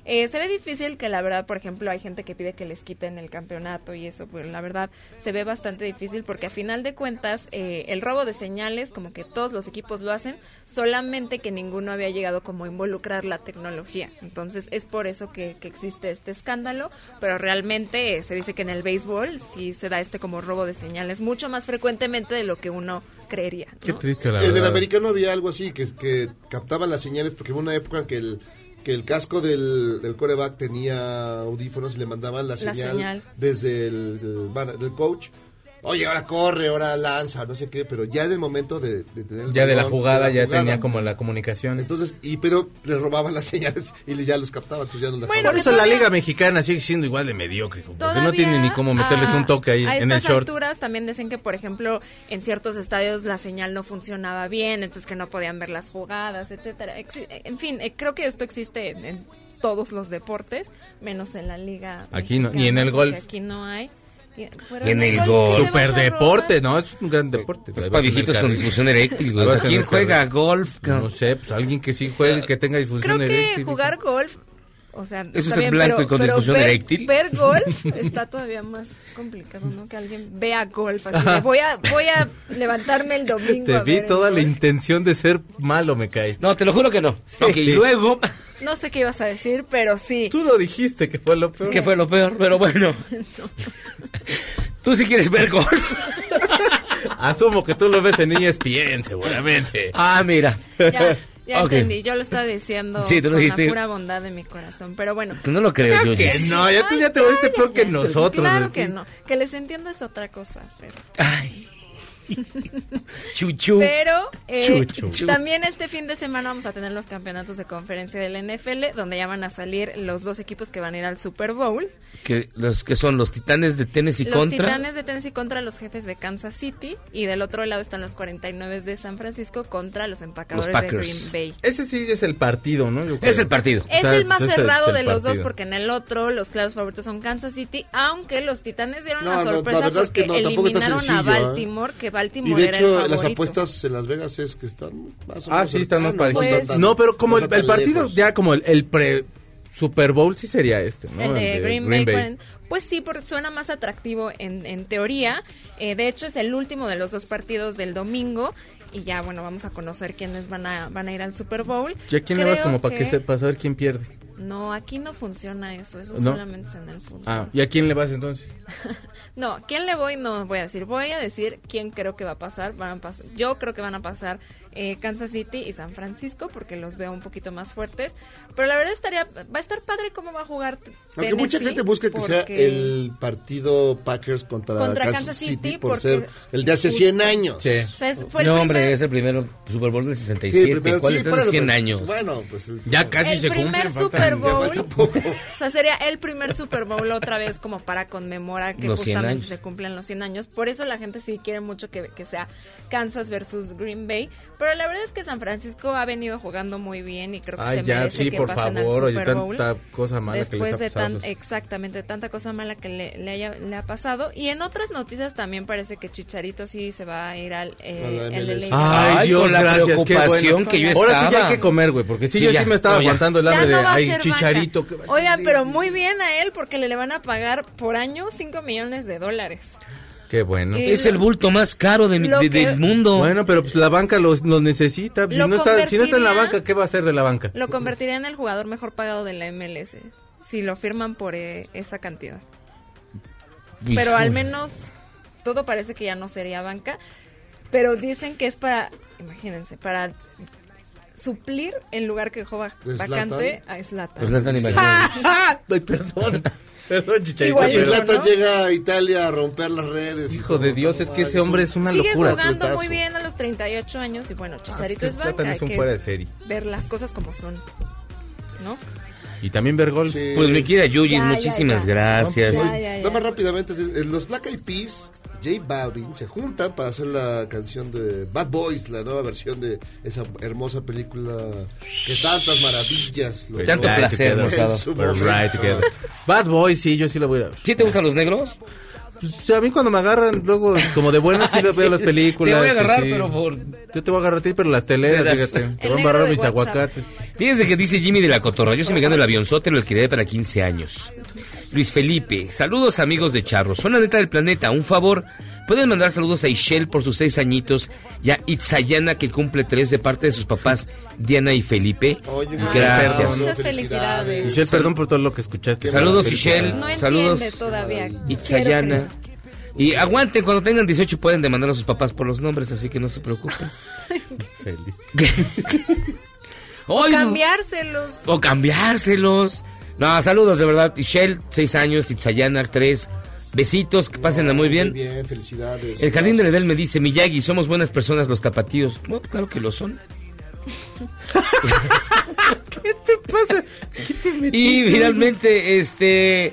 Eh, se ve difícil que la verdad, por ejemplo, hay gente que pide que les quiten el campeonato y eso, pues la verdad se ve bastante difícil porque a final de cuentas eh, el robo de señales, como que todos los equipos lo hacen, solamente que ninguno había llegado como a involucrar la tecnología. Entonces es por eso que, que existe este escándalo, pero realmente eh, se dice que en el béisbol sí se da este como robo de señales mucho más frecuentemente de lo que uno creería. ¿no?
Qué triste, la
En el
verdad.
americano había algo así, que, que captaban las señales, porque hubo una época en que el, que el casco del, del coreback tenía audífonos y le mandaban la
La
señal,
señal.
desde el, del man- del coach. Oye, ahora corre, ahora lanza, no sé qué, pero ya en el momento de, de tener el
Ya de la
balón,
jugada
de la
ya
jugada,
tenía como la comunicación.
Entonces, y pero le robaban las señales y le- ya los captaban, entonces ya no
Bueno,
Por eso la liga mexicana sigue siendo igual de mediocre. hijo, Porque no
Todavía
tiene ni cómo meterles
a-
un toque ahí
a
en el
estas
short.
alturas también dicen que, por ejemplo, en ciertos estadios la señal no funcionaba bien, entonces que no podían ver las jugadas, etcétera. Exi- En fin, eh, creo que esto existe en, en todos los deportes, menos en la liga.
Aquí no,
mexicana,
ni en el
porque
golf.
aquí no hay. Y, pero
Y en el
golf, ¿qué le vas
Super
a robar?
deporte, ¿no? Es un gran deporte.
Pues
Ahí
para
vas en el
viejitos con
carril.
disfunción eréctil,
Ahí
güey. O sea,
vas en
¿quién
el carril.
juega golf, cabrón?
No sé, pues alguien que sí juegue, que tenga disfunción
Creo que
eréctil.
jugar golf. O sea,
¿Es
está
usted blanco y con disfunción
ver,
eréctil?
Ver golf está todavía más complicado, ¿no? Que alguien vea golf. Así de, voy, a, voy a levantarme el domingo.
Te
a
vi
ver
toda la intención de ser malo, me cae.
No, te lo juro que no. Ok, y luego,
No sé qué ibas a decir, pero sí.
Tú lo dijiste, que fue lo peor.
que fue lo peor, pero bueno. Tú si quieres ver golf.
Asumo que tú lo ves en
E
ESPN, seguramente.
Ah, mira.
Ya, ya
Ok.
entendí. Yo lo estaba diciendo
Sí, tú lo
con
dijiste.
la pura bondad de mi corazón. Pero bueno.
Pues No lo creo,
Claro
Yuyis.
que no, ya tú ya te volviste peor que nosotros.
Claro
güey.
que no. Que les entiendo es otra cosa, pero...
Chuchu.
Pero eh,
Chuchu. Chu.
también este fin de semana vamos a tener los campeonatos de conferencia del NFL, donde ya van a salir los dos equipos que van a ir al Super Bowl.
Que, los, que son los titanes de Tennessee
los
contra.
Titanes de Tennessee contra los jefes de Kansas City. Y del otro lado están los 49 de San Francisco contra los empacadores de Green Bay.
Ese sí es el partido, ¿no? Yo creo.
Es el partido.
Es
O sea,
el más
ese es
cerrado
el
de los dos
partido.
porque en el otro los claros favoritos son Kansas City, aunque los Titanes dieron
No,
la
no, la
sorpresa
verdad es que
porque
no, tampoco está
eliminaron a
sencillo, ¿eh?
Baltimore, que
Y
Baltimore
de
era el
hecho, las
favorito.
apuestas en Las Vegas es que están más o
Ah,
menos
sí, están más
cercanas,
parejitos.
tan-
no, pero como
no
el,
están
el
tan
partido,
lejos.
ya como el, el pre Super Bowl sí sería este, ¿no?
El de
de
Green, Bay. cuaren- Pues sí, porque suena más atractivo en, en teoría. Eh, de hecho, es el último de los dos partidos del domingo. Y ya, bueno, vamos a conocer quiénes van a, van a ir al Super Bowl.
¿Ya quién le
Creo
vas como para que
que-
sepa saber quién pierde?
No, aquí no funciona eso. Eso
¿No?
solamente es en el fútbol.
Ah, ¿y a quién le vas entonces?
No, ¿quién le voy? No voy a decir. Voy a decir quién creo que va a pasar. Van a pas- Yo creo que van a pasar eh, Kansas City y San Francisco porque los veo un poquito más fuertes. Pero la verdad estaría, va a estar padre cómo va a jugar.
Aunque mucha
Tennessee,
gente busca que sea
porque-
el partido Packers contra,
Contra
Kansas,
Kansas
City,
City,
por
porque-
ser el de hace
Justo.
100 años.
Sí.
sea, es- fue el
no,
primer-
hombre, es el primer Super Bowl del 67.
primero-
¿Cuál
sí,
es
bueno,
hace 100
pues,
años?
bueno, pues el-
ya
casi El se primer cumplen, faltan- Super Bowl.
Ya falta poco.
O sea, sería el primer Super Bowl otra vez como para conmemorar que
Los 100
justamente
años.
se cumplen los 100 años. Por eso la gente sí quiere mucho que, que sea Kansas versus Green Bay. Pero la verdad es que San Francisco ha venido jugando muy bien y creo que
Ay,
se
ya,
merece
sí,
que
por
pasen al
favor, oye,
Super Bowl.
tanta cosa mala que les
Después
ha
de
pasado.
tan, exactamente, tanta cosa mala que le, le haya, le ha pasado. Y en otras noticias también parece que Chicharito sí se va a ir al eh,
A la
al
MLS.
LA.
Ay,
Ay,
Dios,
con la
gracias, qué
preocupación
bueno.
que yo
Ahora
estaba.
sí ya hay que comer, güey, porque sí,
Sí,
yo
ya,
sí me estaba
no, ya.
aguantando el
Ya
hambre
no
de,
va a
ay,
ser
chicharito.
banca. Oigan, pero muy bien a él porque le le van a pagar por año 5 millones de dólares.
Qué bueno.
Y Es el
bulto más caro
eh, lo de- que- del mundo.
Bueno, pero pues la banca los, los necesita. Si
Lo
no, está, si no está en la
convertiría-
banca, ¿qué va a hacer de la banca?
Lo convertiría en el jugador mejor pagado de la MLS si lo firman por eh, esa cantidad. Pero al menos todo parece que ya no sería banca. Pero dicen que es para, imagínense, para suplir el lugar que dejó va-
¿De
vacante
Zlatan?
a Slatan.
Pues la están imaginando.
Ay, perdón. Perdón, chicharito.
Igual
pero-
Zlatan llega a Italia a romper las redes.
Hijo de Dios, es que ese hombre es una
Sigue
locura.
jugando muy bien a los 38 años y bueno, Chicharito es banca.
Zlatan es
hay
un
que
fuera de serie.
Ver las cosas como son. ¿No?
Y también ver gol.
Pues mi querida Yuyis, Ya, ya, muchísimas ya. gracias.
pues,
Muy-
Ya, ya, ya.
Nada más rápidamente, eh, los Black Eyed Peas, J Balvin, se juntan para hacer la canción de Bad Boys, la nueva versión de esa hermosa película que tantas maravillas. logró
Tanto
en
placer,
su
Rosado.
momento.
Right together. Bad Boy, sí, yo sí la voy a ir a ver.
¿Sí te gustan los negros?
Pues, a mí cuando me agarran, luego, como de buenas, sí
Ay,
las
sí.
veo las películas.
Te voy a
sí,
agarrar,
sí.
pero por-
Yo te voy a agarrar a ti, pero las teleras,
Te das-
fíjate. Te
El
voy a
negro
embarrar
de
mis
WhatsApp.
aguacates.
Fíjense que dice Jimmy de la Cotorra. Yo se me gano el avionzote, lo alquilé para 15 años. Luis Felipe, saludos amigos de Charro. Son la neta del planeta, un favor. Pueden mandar saludos a Ishel por sus seis añitos y a Itzayana que cumple tres de parte de sus papás, Diana y Felipe.
Oye,
Gracias.
perdón.
Muchas felicidades.
Michelle, perdón por todo lo que escuchaste.
Saludos,
Michelle.
Michelle.
No
Saludos.
entiende todavía.
Itzayana.
Quiero creer.
Y aguanten, cuando tengan 18 pueden demandar a sus papás por los nombres, así que no se preocupen. Feliz.
O
Ay, no.
cambiárselos.
O cambiárselos. No, saludos de verdad. Shell, 6 años. Itzayana, 3. Besitos, que pasen muy bien.
bien, felicidades.
El jardín del Edel me dice: Miyagi, somos buenas personas los tapatíos. No, claro que lo son. Y finalmente, este.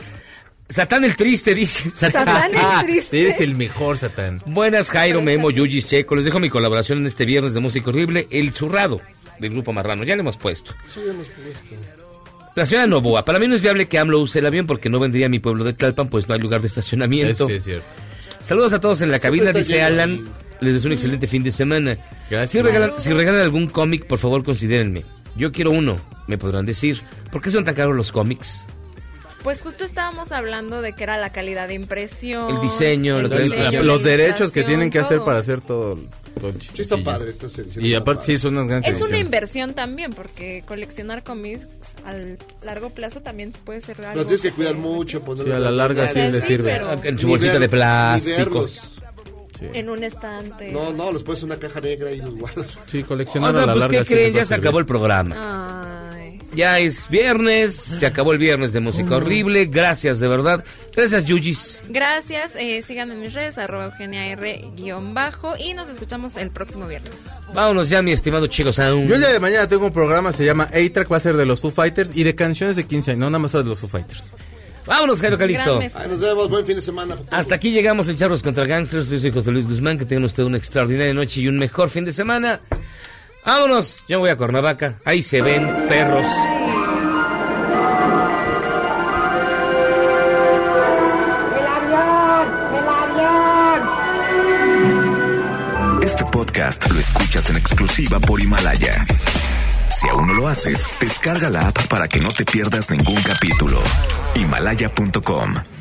Satán el triste dice:
Satán el triste. Eres el mejor, Satán.
Buenas, Jairo, Memo, Yuyis, Checo. Les dejo mi colaboración en este viernes de música horrible, El Zurrado, del Grupo Marrano. Ya le hemos puesto.
Sí, hemos puesto.
La señora Novoa, para mí no es viable que AMLO use el avión porque no vendría a mi pueblo de Tlalpan, pues no hay lugar de estacionamiento.
Eso sí es cierto.
Saludos a todos en la
Siempre
cabina,
está
dice
lleno
Alan. Les deseo un excelente fin de semana. Si
mamá.
regalan, si regalan algún cómic, por favor considérenme. Yo quiero uno, me podrán decir. ¿Por qué son tan caros los cómics?
Pues justo estábamos hablando de que era la calidad de impresión.
El diseño, lo
el
que-
diseño,
la-
la
Los derechos que
ilustración,
tienen que hacer
todo.
para hacer todo. todo
Sí, está padre esta serie.
Y aparte, sí, son unas grandes
Es una
ediciones.
inversión también, porque coleccionar cómics al largo plazo también puede ser algo.
Lo tienes que cuidar mucho. ponerlo
Sí, a la
en
larga sí
tele.
le Sí, sirve. pero-
En su
Ni
bolsita
ver-
de plástico.
ni
pues.
verlos.
En un estante.
No, no, los puedes en una caja negra y los guardas.
Sí, coleccionar
Oigan,
a la
pues,
larga.
Ah,
¿qué creen? Ya se acabó el programa.
Ay.
Ya es viernes, se acabó el viernes de música horrible. Gracias, de verdad. Gracias, Yugis.
Gracias, eh, síganme en mis redes, arroba Eugenia R guión bajo y nos escuchamos el próximo viernes.
Vámonos ya, mi estimado Chico Sound.
Yo el día de mañana tengo un programa, se llama A-Track, va a ser de los Foo Fighters y de canciones de 15 años, no nada más de los Foo Fighters.
Vámonos, Jairo Calixto.
Ahí nos vemos, buen fin de semana.
Hasta aquí llegamos en Charlos contra Gangsters. Yo soy José Luis Guzmán. Que tengan ustedes una extraordinaria noche y un mejor fin de semana. Vámonos. Yo voy a Cuernavaca. Ahí se ven perros.
Este podcast lo escuchas en exclusiva por Himalaya. Si aún no lo haces, descarga la app para que no te pierdas ningún capítulo. Himalaya.com